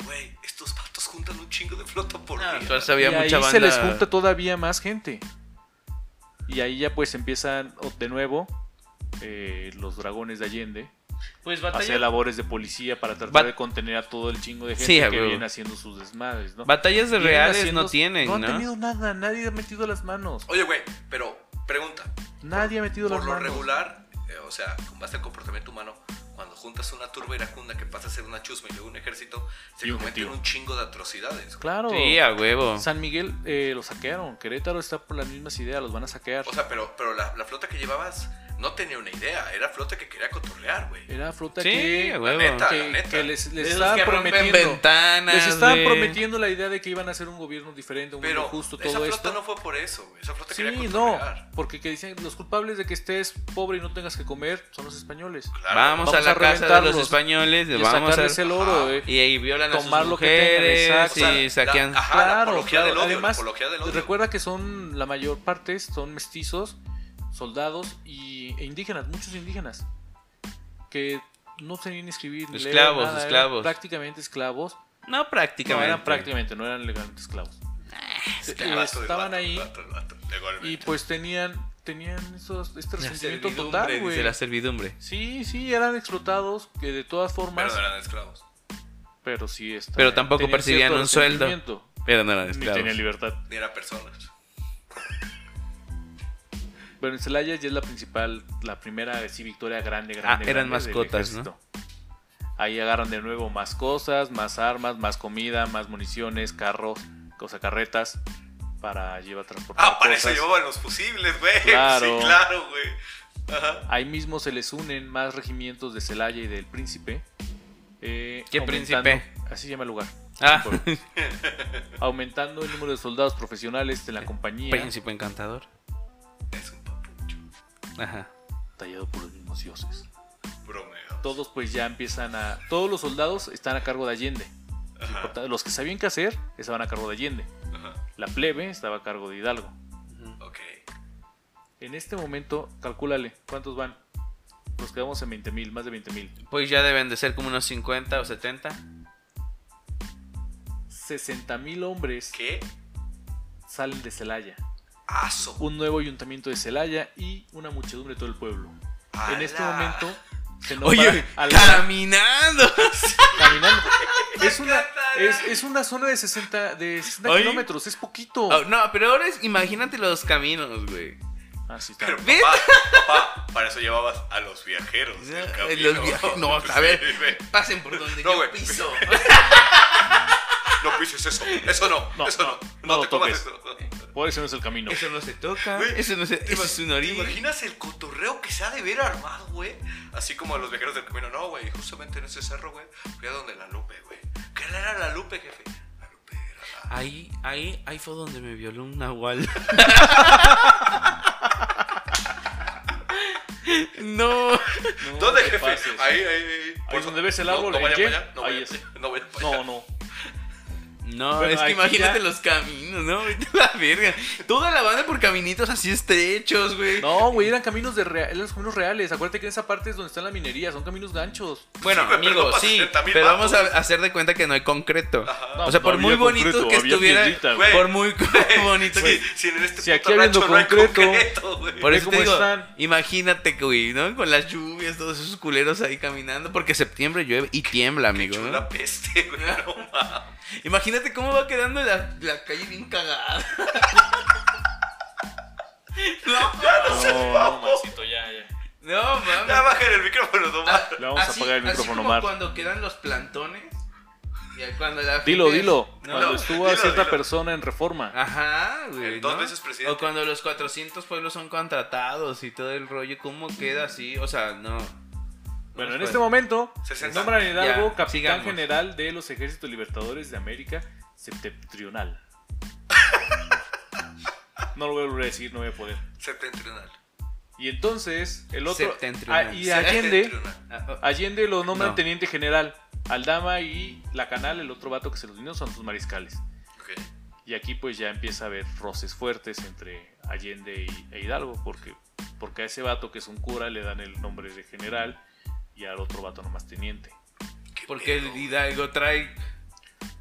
S3: Güey, estos vatos juntan un chingo de flota por
S2: Ah,
S3: día.
S2: entonces
S1: Y
S2: había
S1: ahí
S2: mucha banda.
S1: se les junta todavía más gente. Y ahí ya pues empiezan o- de nuevo eh, los dragones de Allende.
S2: Pues
S1: hacer labores de policía para tratar
S2: Bat-
S1: de contener a todo el chingo de
S2: Sí,
S1: gente
S2: a
S1: que
S2: huevo.
S1: viene haciendo sus desmadres, ¿no?
S2: Batallas de
S1: Vienen
S2: reales
S1: haciendo-
S2: no tienen, ¿no?
S1: No han tenido nada, nadie ha metido las manos.
S3: Oye, güey, pero pregunta.
S1: Nadie ha metido
S3: Por
S1: las
S3: lo
S1: manos.
S3: regular, eh, o sea, con base al comportamiento humano, cuando juntas una turba iracunda que pasa a ser una chusma y luego un ejército, se
S1: Y un
S3: cometen
S1: gentío.
S3: un chingo de atrocidades. güey.
S1: Claro.
S2: Sí, a huevo.
S1: San Miguel eh, lo saquearon. Querétaro está por las mismas ideas, los van a saquear.
S3: O sea, pero, pero la, la flota que llevabas no tenía una idea. Era flota que quería cotorrear, güey.
S1: Era fruta
S2: Sí,
S1: que,
S2: a huevo.
S3: neta,
S1: que-
S3: la neta.
S1: que les, les
S2: De esos
S1: estaban
S2: que rompen
S1: prometiendo.
S2: ventanas,
S1: Les estaban
S2: güey.
S1: prometiendo la idea de que iban a hacer un gobierno diferente, un
S3: Pero
S1: gobierno justo,
S3: esa
S1: todo
S3: flota
S1: esto.
S3: no fue por eso, güey. Esa flota
S1: Sí,
S3: quería
S1: no,
S3: cotorrear.
S1: porque que dicen los culpables de que estés pobre y no tengas que comer son los españoles.
S3: Claro.
S2: Vamos,
S1: Vamos
S2: a la
S1: a
S2: casa de
S1: reventarlos.
S2: los españoles,
S1: Y a
S2: vamos a...
S1: sacarles el oro,
S3: Ajá.
S1: eh.
S2: Y ahí violan a
S1: tomar
S2: sus
S1: lo que tengan,
S2: mujeres
S1: exacto. ah.
S3: O sea,
S2: y saquean...
S3: la- ajá, la
S1: Claro,
S3: apología
S1: claro.
S3: del odio, la
S1: Además,
S3: apología del odio.
S1: recuerda que son la mayor parte son mestizos, soldados y, e indígenas, muchos indígenas que no sabían escribir, ni leer,
S2: Esclavos,
S1: nada, eran
S2: esclavos.
S1: prácticamente esclavos.
S2: No
S1: No
S2: prácticamente.
S1: eran prácticamente, no eran legalmente esclavos. Eh,
S3: El vato, el
S1: estaban
S3: vato, el
S1: ahí
S3: vato, el vato, el vato.
S1: y pues tenían tenían esos, este
S2: La
S1: resentimiento
S2: servidumbre,
S1: total,
S2: dice,
S1: güey.
S2: la servidumbre.
S1: Sí, sí, eran explotados, que de todas formas,
S3: Pero
S1: pero,
S3: eran esclavos.
S1: sí está.
S2: Pero tampoco
S1: tenían
S2: percibían
S1: cierto
S2: un sueldo.
S1: resentimiento,
S2: Pero no eran
S1: Ni
S2: esclavos.
S1: tenían libertad.
S3: Ni eran personas.
S1: Pero en Celaya ya es la principal, la primera sí, victoria grande,
S2: Ah,
S1: grande.
S2: eran
S1: grande del
S2: mascotas, ¿no?
S1: ejército. Ahí agarran de nuevo más cosas, más armas, más comida, más municiones, carros, cosa carretas para llevar transportar.
S3: Ah, para eso
S1: cosas.
S3: llevaban los fusibles, güey.
S1: pues, Claro.
S3: Sí, claro, güey. Ajá.
S1: Ahí mismo se les unen más regimientos de Celaya y del Príncipe. eh,
S2: ¿Qué
S1: aumentando-
S2: príncipe?
S1: Así se llama el lugar.
S2: Ah,
S1: Por- aumentando el número de soldados profesionales de la compañía.
S2: Eh, príncipe encantador.
S3: Es un papucho.
S2: Ajá.
S1: Tallado por los mismos dioses.
S3: Bromeo.
S1: Todos pues ya empiezan a... Todos los soldados están a cargo de Allende. Los, importa- los que sabían qué hacer estaban a cargo de Allende.
S3: Ajá.
S1: La plebe estaba a cargo de Hidalgo.
S3: Ok.
S1: En este momento, calcúlale, ¿cuántos van? Nos quedamos en 20.000, más de 20.000.
S2: Pues ya deben de ser como unos 50 o 70.
S1: 60.000 hombres
S3: ¿Qué?
S1: salen de Celaya.
S3: Aso.
S1: Un nuevo ayuntamiento de Celaya y una muchedumbre de todo el pueblo. En este
S3: ¡Ala!
S1: momento se nombra
S2: Oye,
S1: a la-
S2: caminando.
S1: caminando. Es una,
S3: encantará.
S1: es, es una zona de 60, de 60
S2: Oye.
S1: kilómetros, es poquito.
S2: Oh, no, pero ahora es, imagínate los caminos, güey.
S1: Así Ah, está.
S3: Pero
S2: ¿Ves?
S3: papá, papá, para eso llevabas a los viajeros. del camino.
S2: eh, Los viajes. No,
S3: Pues,
S2: a ver,
S3: sí, güey.
S2: pasen por donde
S3: No,
S2: yo
S3: güey.
S2: piso.
S3: No pises eso. Eso no.
S1: No,
S3: eso no.
S1: no,
S3: No,
S1: no
S3: te
S1: lo
S3: comas
S1: toques.
S3: eso.
S1: Por eso no es el camino.
S2: Eso no se toca.
S3: Güey,
S2: eso no se.
S3: ¿Te
S2: Eso es un
S3: ima- ¿Te
S2: origen.
S3: imaginas el cotorreo que se ha de ver armado, güey? Así como los viajeros del camino. No, güey, justamente en ese cerro, güey, fui a donde la Lupe, güey. ¿Qué era la Lupe, jefe? La Lupe era la...
S2: Ahí, ahí, ahí fue donde me violó un nahual. no.
S1: No
S3: ¿Dónde,
S1: te
S3: jefe?
S1: pases.
S3: Ahí, ahí, ahí. Por
S1: donde
S3: fa-
S1: ves el
S3: no-
S1: árbol,
S3: No,
S1: en
S3: vaya
S1: Y,
S3: para allá. No
S1: ahí
S3: vaya
S1: es.
S3: No vaya para allá.
S1: No, no.
S2: No,
S1: Bueno,
S2: es que
S1: aquí
S2: imagínate
S1: ya-
S2: los caminos, ¿no? Vete a La verga. Toda la banda por caminitos así estrechos, güey.
S1: No, güey, eran caminos de rea- eran los caminos reales. Acuérdate que en esa parte es donde está la minería, son caminos ganchos.
S2: Bueno,
S3: Sí, güey, pero no
S2: amigo,
S3: pasa
S2: sí,
S3: 70,000
S2: pero
S3: vatos.
S2: vamos a hacer de cuenta que no hay concreto.
S3: Ajá.
S1: No,
S2: o sea,
S1: no
S2: por
S1: había
S2: muy bonito
S1: concreto,
S2: que
S1: había
S2: estuviera,
S1: piedrita,
S3: Ah, güey.
S2: por muy bonito
S3: Sí,
S2: que
S3: si en este
S1: si
S3: puto
S1: aquí habiendo
S3: rancho no hay
S1: concreto-
S3: güey.
S2: Por
S1: Ve
S2: eso te
S1: cómo
S2: digo,
S1: están.
S2: imagínate, güey, ¿no? Con las lluvias, todos esos culeros ahí caminando, porque septiembre llueve y tiembla, amigo, ¿no?
S3: Una peste, güey.
S1: Ah.
S3: No mames.
S2: Imagínate cómo va quedando la, la calle bien cagada. no,
S1: No, no, Marcito, ya, ya.
S2: no, mames. Ah,
S3: Ya bajen el micrófono, no mames.
S1: Le vamos a apagar el micrófono,
S2: como
S1: Omar.
S2: cuando quedan los plantones. Y ahí cuando la
S1: Dilo,
S2: gente-
S1: dilo.
S2: No.
S1: Cuando estuvo
S3: dilo,
S1: a cierta
S3: dilo.
S1: persona en reforma.
S2: Ah, Ajá, güey.
S3: El dos
S2: ¿no?
S3: veces presidente.
S2: O cuando los 400 pueblos son contratados y todo el rollo, ¿cómo queda así? O sea, no.
S1: Bueno,
S2: No,
S1: en
S2: pues,
S1: este momento
S3: 60.
S1: nombran a Hidalgo
S2: Ya,
S1: capitán
S2: sigamos.
S1: general de los ejércitos libertadores de América septentrional. no lo voy a volver a decir, no voy a poder.
S3: Septentrional.
S1: Y entonces el otro
S2: Septentrional.
S1: Ah, y Allende,
S3: Septentrional.
S2: Ah, ah,
S1: Allende lo nombran
S2: No.
S1: teniente general, Aldama y La Canal, el otro vato que se los unió son sus mariscales.
S3: Ok.
S1: Y aquí pues ya empieza a haber roces fuertes entre Allende y, e Hidalgo, porque, porque a ese vato que es un cura le dan el nombre de general y al otro vato nomás teniente.
S3: Qué
S2: Porque
S3: pedo,
S2: el
S3: güey.
S2: Hidalgo trae.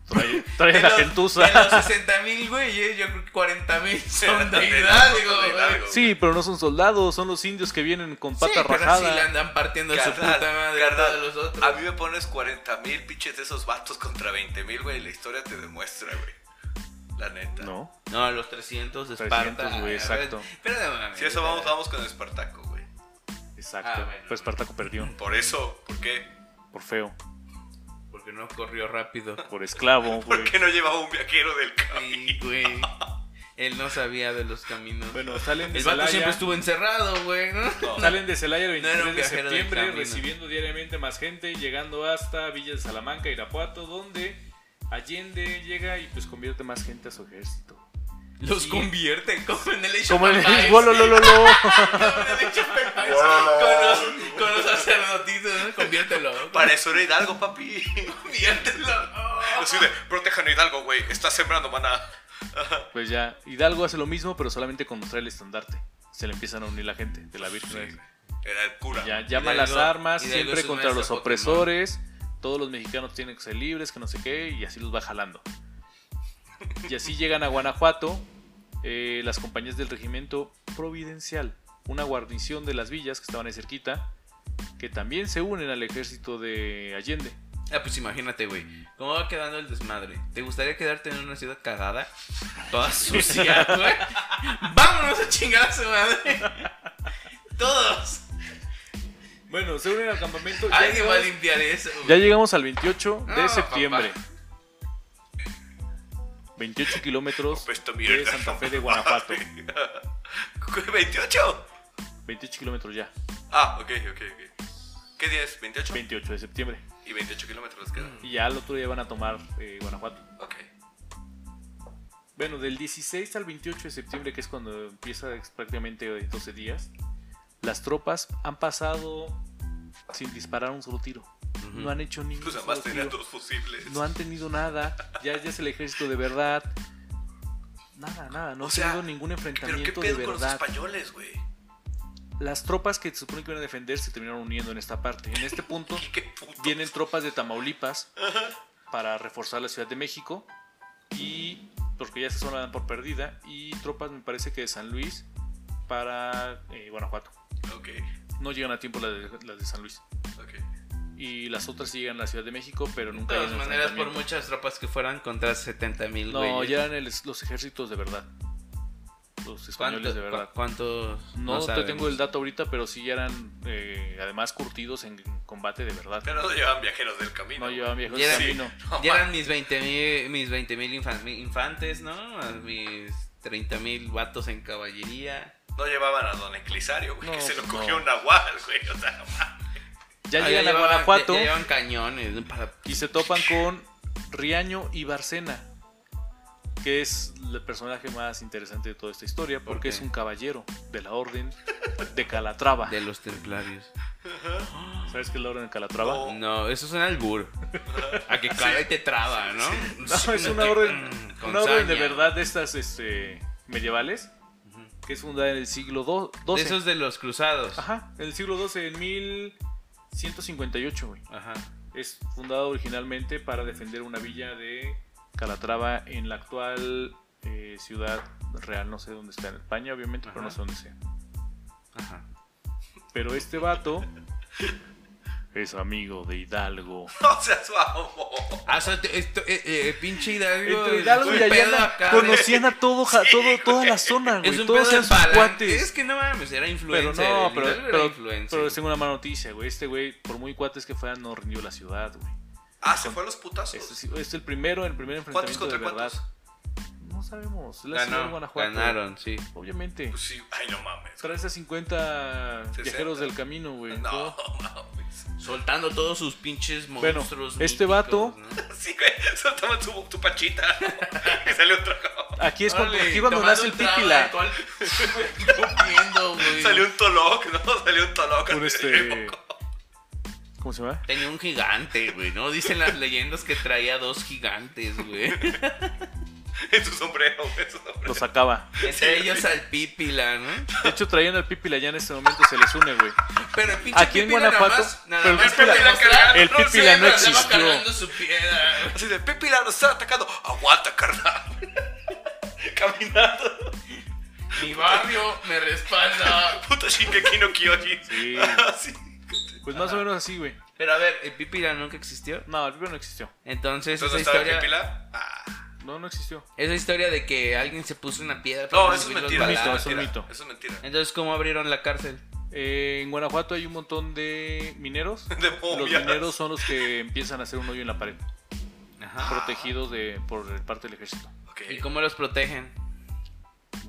S1: Trae, trae
S2: de
S1: la
S2: los-
S1: gentuza.
S2: De los 60 mil, güey, yo creo que 40 mil son de Hidalgo.
S3: De
S2: güey.
S3: Hidalgo.
S1: Sí, pero no son soldados, son los indios que vienen con
S2: Sí,
S1: pata
S2: pero sí le
S1: rajada.
S2: andan partiendo su puta
S3: Carnal,
S2: madre a
S3: carnal,
S2: todos los otros.
S3: A mí me pones 40 mil pinches de esos vatos contra 20 mil, güey. y La historia te demuestra, güey. La neta.
S1: No,
S2: No, los 300 de
S1: 300,
S2: Esparta.
S1: güey,
S2: a ver,
S1: exacto.
S2: Pero de mames,
S3: Si eso
S2: o sea,
S3: vamos, vamos con Espartaco, güey.
S1: exacto.
S2: Ah, bueno.
S1: Pues Espartaco perdió,
S3: Por eso, ¿por qué?
S1: por feo,
S2: Porque no corrió rápido.
S1: por esclavo,
S3: ¿Por
S1: güey.
S3: qué no llevaba un viajero del
S2: Sí,
S3: camino?
S2: güey. Él no sabía de los caminos.
S1: Bueno, salen de
S2: el vato
S1: Celaya.
S2: siempre estuvo encerrado, güey, ¿no?
S1: Salen de Celaya el
S2: No
S1: 23
S2: era un
S1: de
S2: viajero del
S1: septiembre,
S2: camino.
S1: recibiendo diariamente más gente, llegando hasta Villa de Salamanca, Irapuato, donde Allende llega y pues convierte más gente a su ejército.
S2: Los
S1: Sí.
S2: convierte como en el hecho
S1: Como en el
S2: con
S1: Wololololo.
S2: los, con los sacerdotitos, ¿no? Conviértelo.
S3: Para eso era Hidalgo, papi.
S2: Conviértelo. Ah,
S3: Así de, protejan a Hidalgo, güey. Está sembrando maná.
S1: Pues ya, Hidalgo hace lo mismo, pero solamente con mostrar el estandarte. Se le empiezan a unir la gente de la Virgen.
S3: Era el cura.
S1: Ya llama
S2: Hidalgo-
S1: las armas,
S2: Hidalgo es
S1: siempre
S2: un
S1: contra los
S2: maestro Pokémon.
S1: opresores. Todos los mexicanos tienen que ser libres, que no sé qué, y así los va jalando. Y así llegan a Guanajuato eh, las compañías del regimiento providencial, una guarnición de las villas que estaban ahí cerquita, que también se unen al ejército de Allende.
S2: Ah, pues imagínate, güey. ¿Cómo va quedando el desmadre? ¿Te gustaría quedarte en una ciudad cagada? Toda sucia, güey. Vámonos a chingar a su madre. Todos.
S1: Bueno, se unen al campamento. Ya,
S2: Alguien va a
S1: llegamos,
S2: limpiar eso. güey.
S1: ya llegamos al 28
S2: No,
S1: de septiembre.
S2: papá.
S1: 28 kilómetros
S3: Pues esta
S1: de
S3: mierda.
S1: Santa Fe de Guanajuato.
S3: ¿28?
S1: 28 kilómetros ya.
S3: Ah, ok, ok, ok. ¿Qué día es? ¿28?
S1: 28 de septiembre.
S3: Y 28 kilómetros quedan.
S1: Y ya al otro día van a tomar eh, Guanajuato.
S3: Ok.
S1: Bueno, del 16 al 28 de septiembre, que es cuando empieza ex- prácticamente eh, 12 días, las tropas han pasado sin disparar un solo tiro.
S2: Ujú.
S1: no han hecho ningún
S3: Pues además
S1: solo
S3: tenía
S1: tiro.
S3: dos fusibles.
S1: no han tenido nada, ya, ya es el ejército de verdad. Nada, nada, no
S3: O
S1: ha
S3: sea,
S1: tenido ningún
S3: Pero qué
S1: enfrentamiento de
S3: pedo con los
S1: verdad.
S3: españoles, güey.
S1: Las tropas que se supone que iban a defender se terminaron uniendo en esta parte. En este punto
S3: Qué puto.
S1: vienen tropas de Tamaulipas para reforzar la Ciudad de México y porque ya se son la dan por perdida y tropas me parece que de San Luis para eh, Guanajuato.
S3: Ok,
S1: No llegan a tiempo las de, las de San Luis
S3: ok.
S1: y las otras sí llegan a la Ciudad de México, pero
S2: De
S1: nunca hay
S2: todas
S1: un
S2: maneras, por
S1: enfrentamiento.
S2: muchas tropas que fueran contra 70 mil,
S1: No, ya eran el- los ejércitos de verdad. Los españoles de verdad.
S2: ¿Cuántos?
S1: No, te
S2: sabemos?
S1: tengo el dato ahorita, pero sí ya eran eh, además curtidos en combate de verdad.
S3: Pero no llevaban viajeros del camino.
S1: No
S3: güey.
S1: llevaban viejos
S2: Ya
S1: de
S2: eran-
S1: camino.
S2: Ya eran mis 20 mil mis 20 infantes, ¿no? Mis 30 mil vatos en caballería.
S3: No llevaban a don Enclisario, güey,
S1: No,
S3: que se lo
S1: no.
S3: cogió un nahual, güey. O sea, no mames.
S1: Ya
S2: Ah,
S1: llegan a
S2: llevaban-
S1: Guanajuato
S2: Ya, ya llevaban cañones. para-
S1: y se topan con Riaño y Barcena, que es el personaje más interesante de toda esta historia,
S2: ¿Por
S1: porque
S2: qué?
S1: es un caballero de la orden de Calatrava.
S2: De los templarios.
S1: ¿Sabes qué es la orden de Calatrava?
S2: Oh,
S3: No.
S2: No, eso es un albur. A que cada te traba, ¿no?
S1: No, es una orden,
S2: Mm, con
S1: una orden de
S2: saña.
S1: verdad de estas este, medievales,
S2: Ujú.
S1: que es fundada en el siglo do-
S2: De
S1: XII.
S2: esos de los cruzados.
S1: Ajá, en el siglo XII, en 1158, güey.
S2: Ajá.
S1: Es fundada originalmente para defender una villa de Calatrava en la actual eh, ciudad real, no sé dónde está, en España obviamente, pero
S2: Ajá.
S1: no sé dónde sea.
S2: Ajá.
S1: Pero este vato es amigo de Hidalgo.
S3: No seas mamón.
S2: Ah, o sea, te- esto, eh, eh, pinche Hidalgo.
S1: Entre Hidalgo y
S2: es un pedo
S1: Ayala
S2: acá, ¿eh?
S1: conocían a todo, ja-
S3: Sí,
S1: todo-
S3: güey.
S1: toda la zona, güey.
S2: Es un pedo
S1: Todos
S2: de
S1: eran sus
S2: palan-
S1: cuates.
S2: Es que no mames, era
S1: Pero
S2: influencer.
S1: no,
S2: el
S1: pero,
S2: Hidalgo era
S1: pero,
S2: influencer.
S1: pero les tengo una mala noticia, güey. Este güey, por muy cuates que fueran, no rindió la ciudad, güey.
S3: Ah, se fue a los putazos.
S1: Este sí- este es el primero, el primer
S3: ¿Cuántos
S1: enfrentamiento de
S3: contra
S1: verdad.
S3: cuántos?
S1: No sabemos. La ciudad de
S2: Ganó,
S1: Guanajuato.
S2: ganaron, sí.
S1: Obviamente.
S3: Pues sí, ay, no mames.
S1: Traes a 50
S3: 60.
S1: viajeros del camino, güey.
S3: No,
S1: ¿no?
S3: mames.
S2: Soltando todos sus pinches
S1: Bueno,
S2: monstruos.
S1: este
S2: míticos,
S1: vato-
S2: ¿no?
S3: Sí, güey, soltaban tu, tu panchita. Y salió otro cabrón.
S1: Aquí es cuando,
S2: Órale,
S1: aquí cuando
S2: tomando
S1: nace el
S2: un trago de
S1: pípila.
S2: alcohol. Comiendo, güey.
S3: Salió un toloc, ¿no? Salió un toloc.
S1: Un este. ¿Cómo se llama?
S2: Tenía un gigante, güey, ¿no? Dicen las leyendas que traía dos gigantes, güey.
S3: En su sombrero, güey, en su sombrero.
S1: Lo sacaba.
S2: Entre ellos al Pípila, ¿no?
S1: De hecho, traían al pípila ya en este momento se les une, güey.
S2: Pero el pinche
S1: Aquí en
S2: Pípila nada
S1: Guanajuato,
S2: más- nada
S1: pero el
S2: más
S1: Pípila-
S2: para demostrar,
S1: el
S2: no sé,
S1: Pípila no
S2: andaba
S1: existió.
S2: cargando su piedra, güey.
S3: Así de, Pepila nos está atacando. Aguanta, carnal. Caminando.
S2: Mi barrio me respalda.
S3: Puto Shingeki no Kyoji.
S1: Sí.
S3: Así.
S1: Pues más o menos así, güey.
S2: Pero a ver, el Pípila nunca existió.
S1: No, el pípila no existió.
S2: Entonces,
S3: ¿Entonces
S2: esa
S3: estaba
S2: historia.
S3: Pepila? Ah,
S1: No, no existió.
S2: Esa historia de que alguien se puso una piedra
S3: no, eso es
S2: subir los
S3: mentira.
S1: balazos.
S2: balazos.
S3: eso es mentira.
S1: mito.
S3: Eso es mentira.
S2: Entonces, ¿cómo abrieron la cárcel?
S1: Eh, en Guanajuato hay un montón de mineros.
S3: De
S1: Los
S3: momias.
S1: mineros son los que empiezan a hacer un hoyo en la pared, Ah.
S2: Ajá.
S1: protegidos de, por parte del ejército.
S3: Ok.
S2: ¿Y cómo los protegen?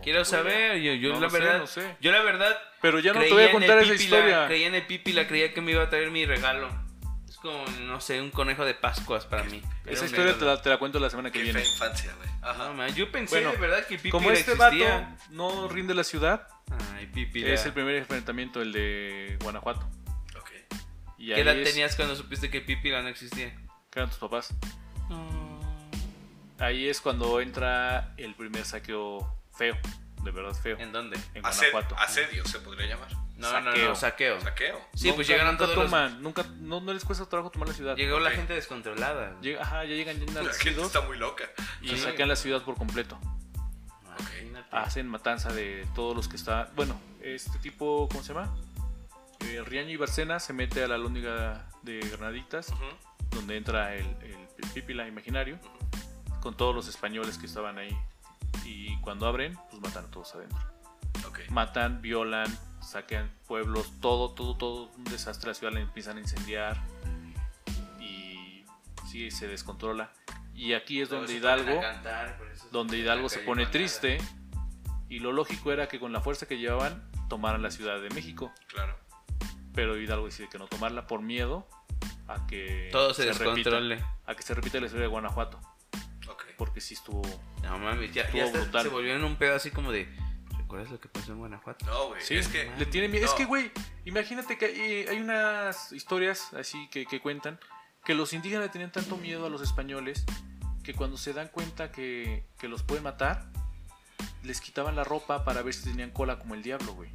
S2: Quiero
S1: No tengo idea.
S2: saber, yo, yo
S1: No
S2: la
S1: lo sé,
S2: verdad,
S1: no sé.
S2: yo la verdad
S1: Pero ya no te
S2: creía
S1: voy a
S2: en
S1: contar
S2: el
S1: esa
S2: Pípila,
S1: historia.
S2: Creía en el pípila, creía que me iba a traer mi regalo. Es como, no sé, un conejo de Pascuas para mí. Era
S1: Esa
S2: un
S1: historia te
S2: regalo.
S1: la, te la cuento la semana que
S3: Qué
S1: viene.
S3: fea infancia, güey.
S2: No,
S3: Ajá.
S2: man, yo pensé
S1: Bueno,
S2: de verdad que pípila
S1: Como este vato
S2: existía.
S1: no rinde la ciudad,
S2: Ay, pípila.
S1: es el primer enfrentamiento, el de Guanajuato.
S3: Ok.
S1: Y
S2: ¿Qué
S1: ahí
S2: edad
S1: es-
S2: tenías cuando supiste que pípila no existía?
S1: ¿Qué eran tus papás? Ahí es cuando entra el primer saqueo feo, de verdad feo, en,
S2: ¿En dónde?
S3: Ased-
S1: Guanajuato.
S3: Asedio se podría llamar.
S2: No, no,
S1: Saqueo.
S2: no, saqueo.
S3: Saqueo.
S2: Sí, pues
S1: Nunca-
S2: llegaron
S1: nunca
S2: todos los-
S1: toman, nunca, no, no les cuesta trabajo tomar la ciudad.
S2: Llegó la
S3: Ok.
S2: gente descontrolada. güey.
S1: Llega- ajá, ya llegan bien
S3: La gente
S1: enardecidos
S3: está muy loca.
S1: y
S2: Sí.
S1: saquean la ciudad por completo.
S2: Ah, Imagínate.
S1: hacen matanza de todos los que está. Bueno, este tipo, ¿cómo se llama? Eh, Riaño y Barcena se mete a la lóndiga de Granaditas,
S3: Ujú.
S1: donde entra el, el Pípila imaginario, con todos los españoles que estaban ahí. Y cuando abren, pues matan a todos adentro.
S3: Ok.
S1: Matan, violan, saquean pueblos, todo, todo, todo un desastre. La ciudad la empiezan a incendiar y sí, se descontrola. Y aquí es
S2: Todos
S1: donde
S2: se ponen
S1: Hidalgo
S2: a cantar, por eso
S1: donde
S2: en
S1: Hidalgo
S2: la
S1: se
S2: calle
S1: pone
S2: Manada.
S1: triste y lo lógico era que con la fuerza que llevaban tomaran la Ciudad de México,
S3: Claro.
S1: pero Hidalgo decide que no tomarla por miedo a que
S2: Todo se,
S1: repita,
S2: descontrole.
S1: a que se repita la historia de Guanajuato,
S3: Ok.
S1: porque sí estuvo
S2: No mames, ya,
S1: Estuvo
S2: ya hasta
S1: brutal.
S2: se volvió en un pedo así como de. ¿Recuerdas lo que pasó en Guanajuato?
S3: No, güey.
S1: Sí,
S3: Es que.
S2: Mm,
S1: le tiene miedo. Es
S3: No.
S1: eh, que güey, imagínate que hay, hay unas historias así que, que cuentan que los indígenas le tenían tanto miedo a los españoles que cuando se dan cuenta que, que los pueden matar, les quitaban la ropa para ver si tenían cola como el diablo, güey.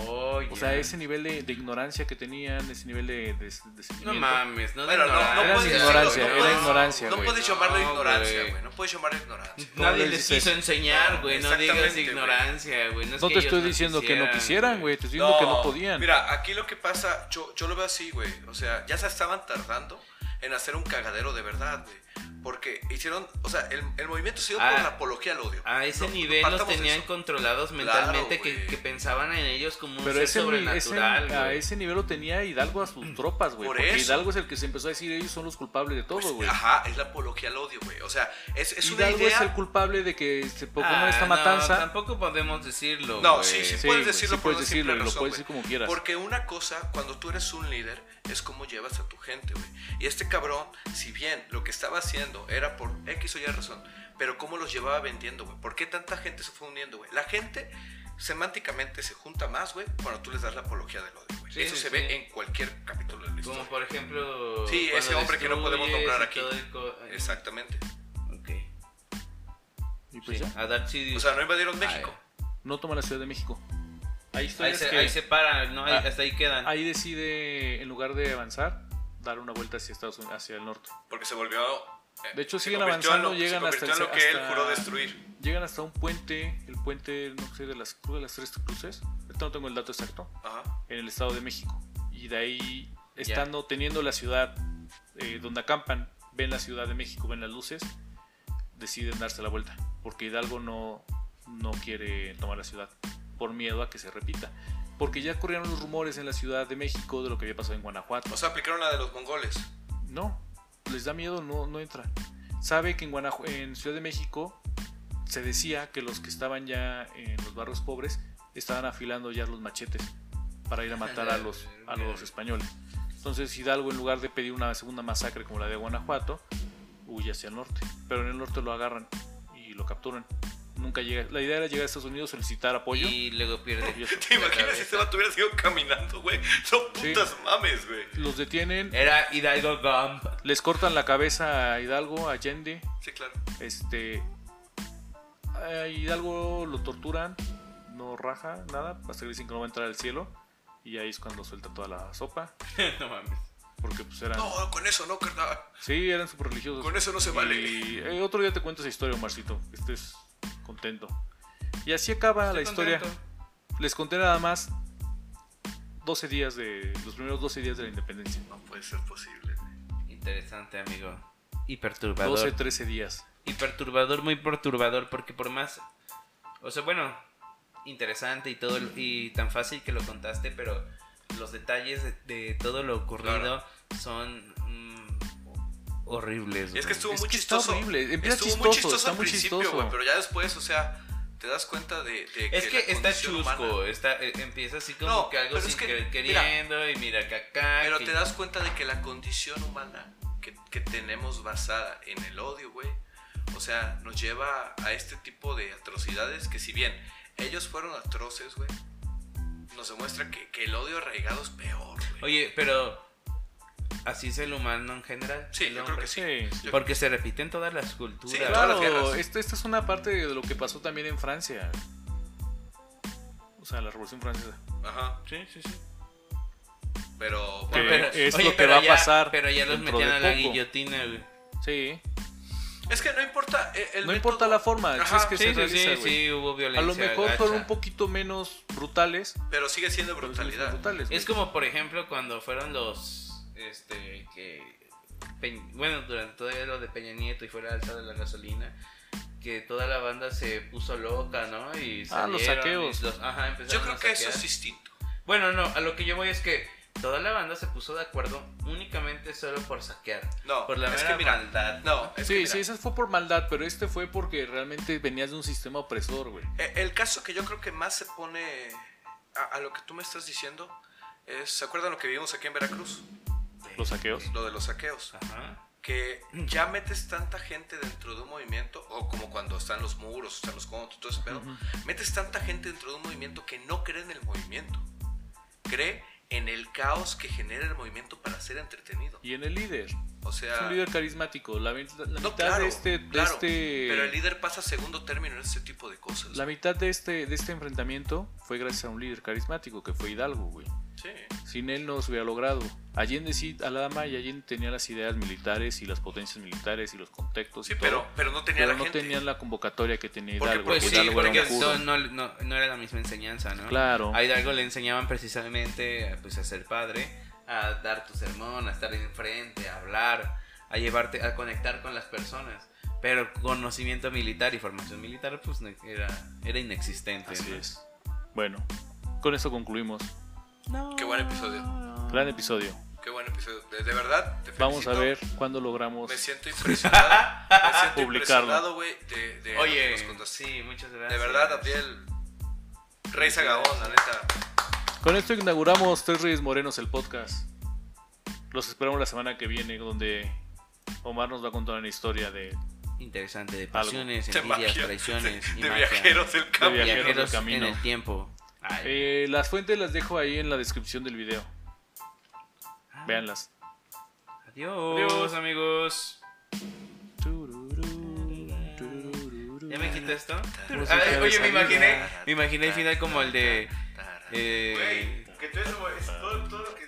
S2: Oh,
S1: O
S2: yeah.
S1: sea, ese nivel de, de ignorancia que tenían, ese nivel de... de, de
S2: No
S1: sentimiento.
S2: mames, no de
S3: Bueno, no, no
S2: ignorancia.
S3: puedes
S1: Era ignorancia,
S3: decirlo, no
S1: era
S3: puedes-
S1: ignorancia,
S3: No
S1: güey.
S3: puedes llamarlo
S2: No,
S3: ignorancia,
S2: güey.
S3: güey. No puedes llamarlo ignorancia.
S2: Nadie
S1: No,
S2: les
S1: dices-
S2: quiso enseñar, güey. No digas
S3: Exactamente, güey.
S2: ignorancia, güey. No, es
S1: No
S2: que
S1: te
S2: ellos
S1: estoy diciendo que no quisieran, güey, te estoy diciendo que no podían.
S3: Mira, aquí lo que pasa, yo, yo lo veo así, güey. O sea, ya se estaban tardando en hacer un cagadero de verdad, güey. Porque hicieron, o sea, el, el movimiento se dio
S2: Ah.
S3: por la apología al odio.
S2: A ese
S3: No,
S2: nivel los
S3: partamos de
S2: tenían
S3: eso.
S2: controlados
S3: Claro,
S2: mentalmente que,
S3: güey.
S2: que pensaban en ellos como un
S1: Pero
S2: ser
S1: ese, ni- ese-
S2: pues sobrenatural,
S1: a
S2: güey.
S1: ese nivel lo tenía Hidalgo a sus tropas, güey.
S3: Por
S1: Porque
S3: eso.
S1: Hidalgo es el que se empezó a decir ellos son los culpables de todo,
S3: Pues,
S1: güey.
S3: ajá, es la apología al odio, güey. O sea, es, es una
S1: Hidalgo
S3: idea.
S1: es el culpable de que se ponga
S2: Ah,
S1: esta
S2: no,
S1: matanza.
S2: tampoco podemos decirlo.
S3: No,
S2: güey.
S3: sí, sí,
S1: Sí,
S3: puedes
S1: güey,
S3: decirlo
S1: sí
S3: por
S1: puedes
S3: una simple
S1: decirlo, lo puedes
S3: razón, güey.
S1: decir como quieras.
S3: Porque una cosa, cuando tú eres un líder, es cómo llevas a tu gente, güey. Y este cabrón, si bien lo que estaba haciendo era por X o Y razón, pero cómo los llevaba vendiendo, güey. ¿Por qué tanta gente se fue uniendo, güey? La gente semánticamente se junta más, güey, cuando tú les das la apología del odio, güey.
S2: Sí,
S3: Eso
S2: sí,
S3: se
S2: sí.
S3: ve en cualquier capítulo de la historia.
S2: Como por ejemplo.
S3: Sí,
S2: cuando
S3: ese hombre que no podemos
S2: destruyes
S3: nombrar
S2: y
S3: aquí.
S2: todo el co-
S3: Exactamente.
S2: Ok.
S1: Y pues
S2: sí.
S1: ya,
S2: A Darth Sidious.
S3: O sea, no invadieron México.
S1: no toma la Ciudad de México. Hay
S2: ahí,
S1: historias
S2: se,
S1: que
S2: ahí se paran, ¿no? Ahí-
S1: Ah.
S2: hasta ahí quedan.
S1: ahí decide, en lugar de avanzar, dar una vuelta hacia Estados Unidos, hacia el norte.
S3: Porque se volvió. eh,
S1: De hecho,
S3: se
S1: siguen
S3: convirtió en
S1: avanzando,
S3: lo- se
S1: llegan hasta
S3: convirtió
S1: el-
S3: en lo que él
S1: hasta-
S3: juró destruir.
S1: Llegan hasta un puente, el puente, no sé, de las, creo de las tres cruces. Ahorita no tengo el dato exacto.
S3: Ajá.
S1: en el Estado de México. Y de ahí, estando, teniendo la ciudad eh, donde acampan, ven la Ciudad de México, ven las luces, deciden darse la vuelta. Porque Hidalgo no, no quiere tomar la ciudad por miedo a que se repita. Porque ya corrieron los rumores en la Ciudad de México de lo que había pasado en Guanajuato.
S3: O sea, aplicaron la de los mongoles.
S1: No, les da miedo, no, no entran. Sabe que en, Guanaju- en Ciudad de México se decía que los que estaban ya en los barrios pobres estaban afilando ya los machetes para ir a matar a los, a los españoles. Entonces Hidalgo, en lugar de pedir una segunda masacre como la de Guanajuato, huye hacia el norte. Pero en el norte lo agarran y lo capturan. Nunca llega. La idea era llegar a Estados Unidos, solicitar apoyo.
S2: Y luego pierde.
S1: y eso.
S3: ¿Te imaginas si este vato hubiera seguido caminando, güey? Son
S1: Sí.
S3: putas mames, güey.
S1: Los detienen,
S2: Era Hidalgo Gump.
S1: les cortan la cabeza a Hidalgo, a Allende,
S3: Sí, claro.
S1: Este. a Hidalgo lo torturan, no raja nada, hasta que le dicen que no va a entrar al cielo. Y ahí es cuando suelta toda la sopa,
S2: no mames.
S1: porque pues eran.
S3: No, con eso no, carnal.
S1: Sí, eran súper religiosos.
S3: Con eso no se vale.
S1: Y eh, otro día te cuento esa historia, Omarcito, que estés contento. Y así acaba la historia. Les conté nada más 12 días de. los primeros 12 días de la independencia.
S3: No puede ser posible.
S2: Interesante, amigo. Y perturbador.
S1: 12, 13 días.
S2: Y perturbador, muy perturbador, porque por más. O sea, bueno, interesante y todo. Y tan fácil que lo contaste, pero los detalles de, de todo lo ocurrido son. mm, horribles.
S3: Es que
S2: güey.
S3: estuvo
S1: Es
S3: muy
S1: que está
S3: chistoso.
S1: horrible. Empieza
S3: estuvo
S1: chistoso,
S3: muy chistoso
S1: está
S3: al
S1: muy
S3: principio,
S1: chistoso.
S3: güey. Pero ya después, o sea, te das cuenta de, de
S2: Es que
S3: la
S2: está
S3: condición
S2: chusco,
S3: humana-
S2: está, eh, empieza así como
S3: No,
S2: que algo
S3: pero
S2: sin
S3: es que,
S2: querer
S3: mira,
S2: queriendo y mira que acá.
S3: Pero
S2: que-
S3: te das cuenta de que la condición humana que, que tenemos basada en el odio, güey, o sea, nos lleva a este tipo de atrocidades que si bien ellos fueron atroces, güey, nos demuestra que, que el odio arraigado es peor, güey.
S2: Oye, pero así es el humano en general.
S3: Sí,
S2: el
S3: yo creo
S2: hombre.
S3: que sí.
S1: Sí.
S3: Yo-
S2: Porque se repiten todas las culturas.
S3: Sí, claro. todas las
S1: Claro,
S3: guerras.
S1: esto, esta es una parte de lo que pasó también en Francia. O sea, la Revolución Francesa.
S3: Ajá.
S1: Sí, sí, sí.
S3: Pero,
S1: Que
S3: bueno,
S1: es
S2: oye,
S1: lo que
S2: Ah, pero
S1: va a
S2: ya-
S1: pasar
S2: Pero ya los
S1: dentro
S2: metían
S1: de
S2: a la
S1: poco.
S2: guillotina, güey.
S1: Sí.
S3: es que no importa eh, el
S1: No importa
S3: método,
S1: la forma, si
S3: Ajá.
S1: es que
S2: Sí,
S1: se
S2: sí,
S1: realiza,
S2: sí,
S1: güey.
S2: sí, hubo
S1: A
S2: violencia.
S1: lo mejor
S2: gacha.
S1: fueron un poquito menos brutales.
S3: pero sigue siendo
S1: pero sí
S3: brutalidad.
S1: son brutales güey.
S2: Es como, por ejemplo, cuando fueron los. Este, que. Peñ- bueno, durante todo lo de Peña Nieto y fue la alza de la gasolina, que toda la banda se puso loca, ¿no? Y
S1: Ah, los
S2: salieron
S1: saqueos.
S2: y los- ajá, empezaron
S3: Yo creo
S2: a
S3: que eso
S2: saquear.
S3: es distinto.
S2: Bueno, no, a lo que yo voy es que toda la banda se puso de acuerdo únicamente solo por saquear.
S3: No,
S2: por la
S3: es
S2: mera
S3: que mira,
S2: maldad.
S3: No, es que
S1: Sí,
S3: mira,
S1: sí, esa fue por maldad, pero este fue porque realmente venías de un sistema opresor, güey.
S3: Eh, El caso que yo creo que más se pone a, a lo que tú me estás diciendo es, ¿se acuerdan lo que vivimos aquí en Veracruz?
S1: Los saqueos.
S3: Lo de los saqueos.
S2: Ajá.
S3: Que ya metes tanta gente dentro de un movimiento, o como cuando están los muros, están los contos, todo ese pedo, metes tanta gente dentro de un movimiento que no cree en el movimiento. Cree en el caos que genera el movimiento para ser entretenido.
S1: Y en el líder.
S3: O sea,
S1: Es un líder carismático. La, mit- la mitad de este. de
S3: Ah. claro,
S1: este-
S3: pero el líder pasa a segundo término en ese tipo de cosas.
S1: La mitad de este, de este enfrentamiento fue gracias a un líder carismático que fue Hidalgo, güey.
S3: Sí.
S1: Sin él no se hubiera logrado. Allende sí, a la dama y Allende tenía las ideas militares y las potencias militares y los contextos
S3: Sí,
S1: y todo.
S3: pero, pero no tenía
S1: pero
S3: la
S1: no
S3: gente.
S1: tenían la convocatoria que tenía
S3: Porque,
S1: Hidalgo.
S2: Pues
S1: porque
S2: sí,
S1: Hidalgo era
S2: porque
S1: un
S2: no,
S1: puro.
S2: no, no era la misma enseñanza, ¿no?
S1: Claro.
S2: A Hidalgo le enseñaban precisamente pues, a ser padre, a dar tu sermón, a estar enfrente, a hablar, a llevarte, a conectar con las personas. Pero conocimiento militar y formación militar, pues no- era, era inexistente.
S1: Así
S2: ¿no?
S1: es. Bueno, con eso concluimos.
S3: Qué buen episodio.
S1: Gran episodio.
S3: Qué buen episodio. De, de verdad, te
S1: Vamos a
S3: felicito.
S1: ver cuándo logramos.
S3: Me siento impresionado. me siento
S1: Publicarlo.
S3: impresionado, güey, de, de lo que
S2: Oye,
S3: Eh, nos contaste.
S2: sí, muchas gracias.
S3: De verdad, Abdiel. Rey Sagaón, la neta.
S1: Con esto inauguramos Tres Reyes Morenos el podcast. Los esperamos la semana que viene donde Omar nos va a contar una historia de,
S2: Interesante, de
S1: Algo.
S2: pasiones,
S3: De
S2: envidias,
S3: magia,
S2: traiciones, y
S3: De
S2: magia.
S3: viajeros del
S1: de
S3: cambio.
S1: viajeros del
S2: Viajeros en
S1: camino.
S2: el tiempo. Ay,
S1: Eh, las fuentes las dejo ahí en la descripción del video.
S2: ah,
S1: Véanlas.
S2: adiós, amigos.
S1: Ya
S2: ¿Ya me quité esto?
S1: Música
S2: Ay,
S1: de
S2: oye, me
S1: salida.
S2: imaginé, me imaginé el final como el de... eh,
S4: Que todo, eso- es todo, todo lo que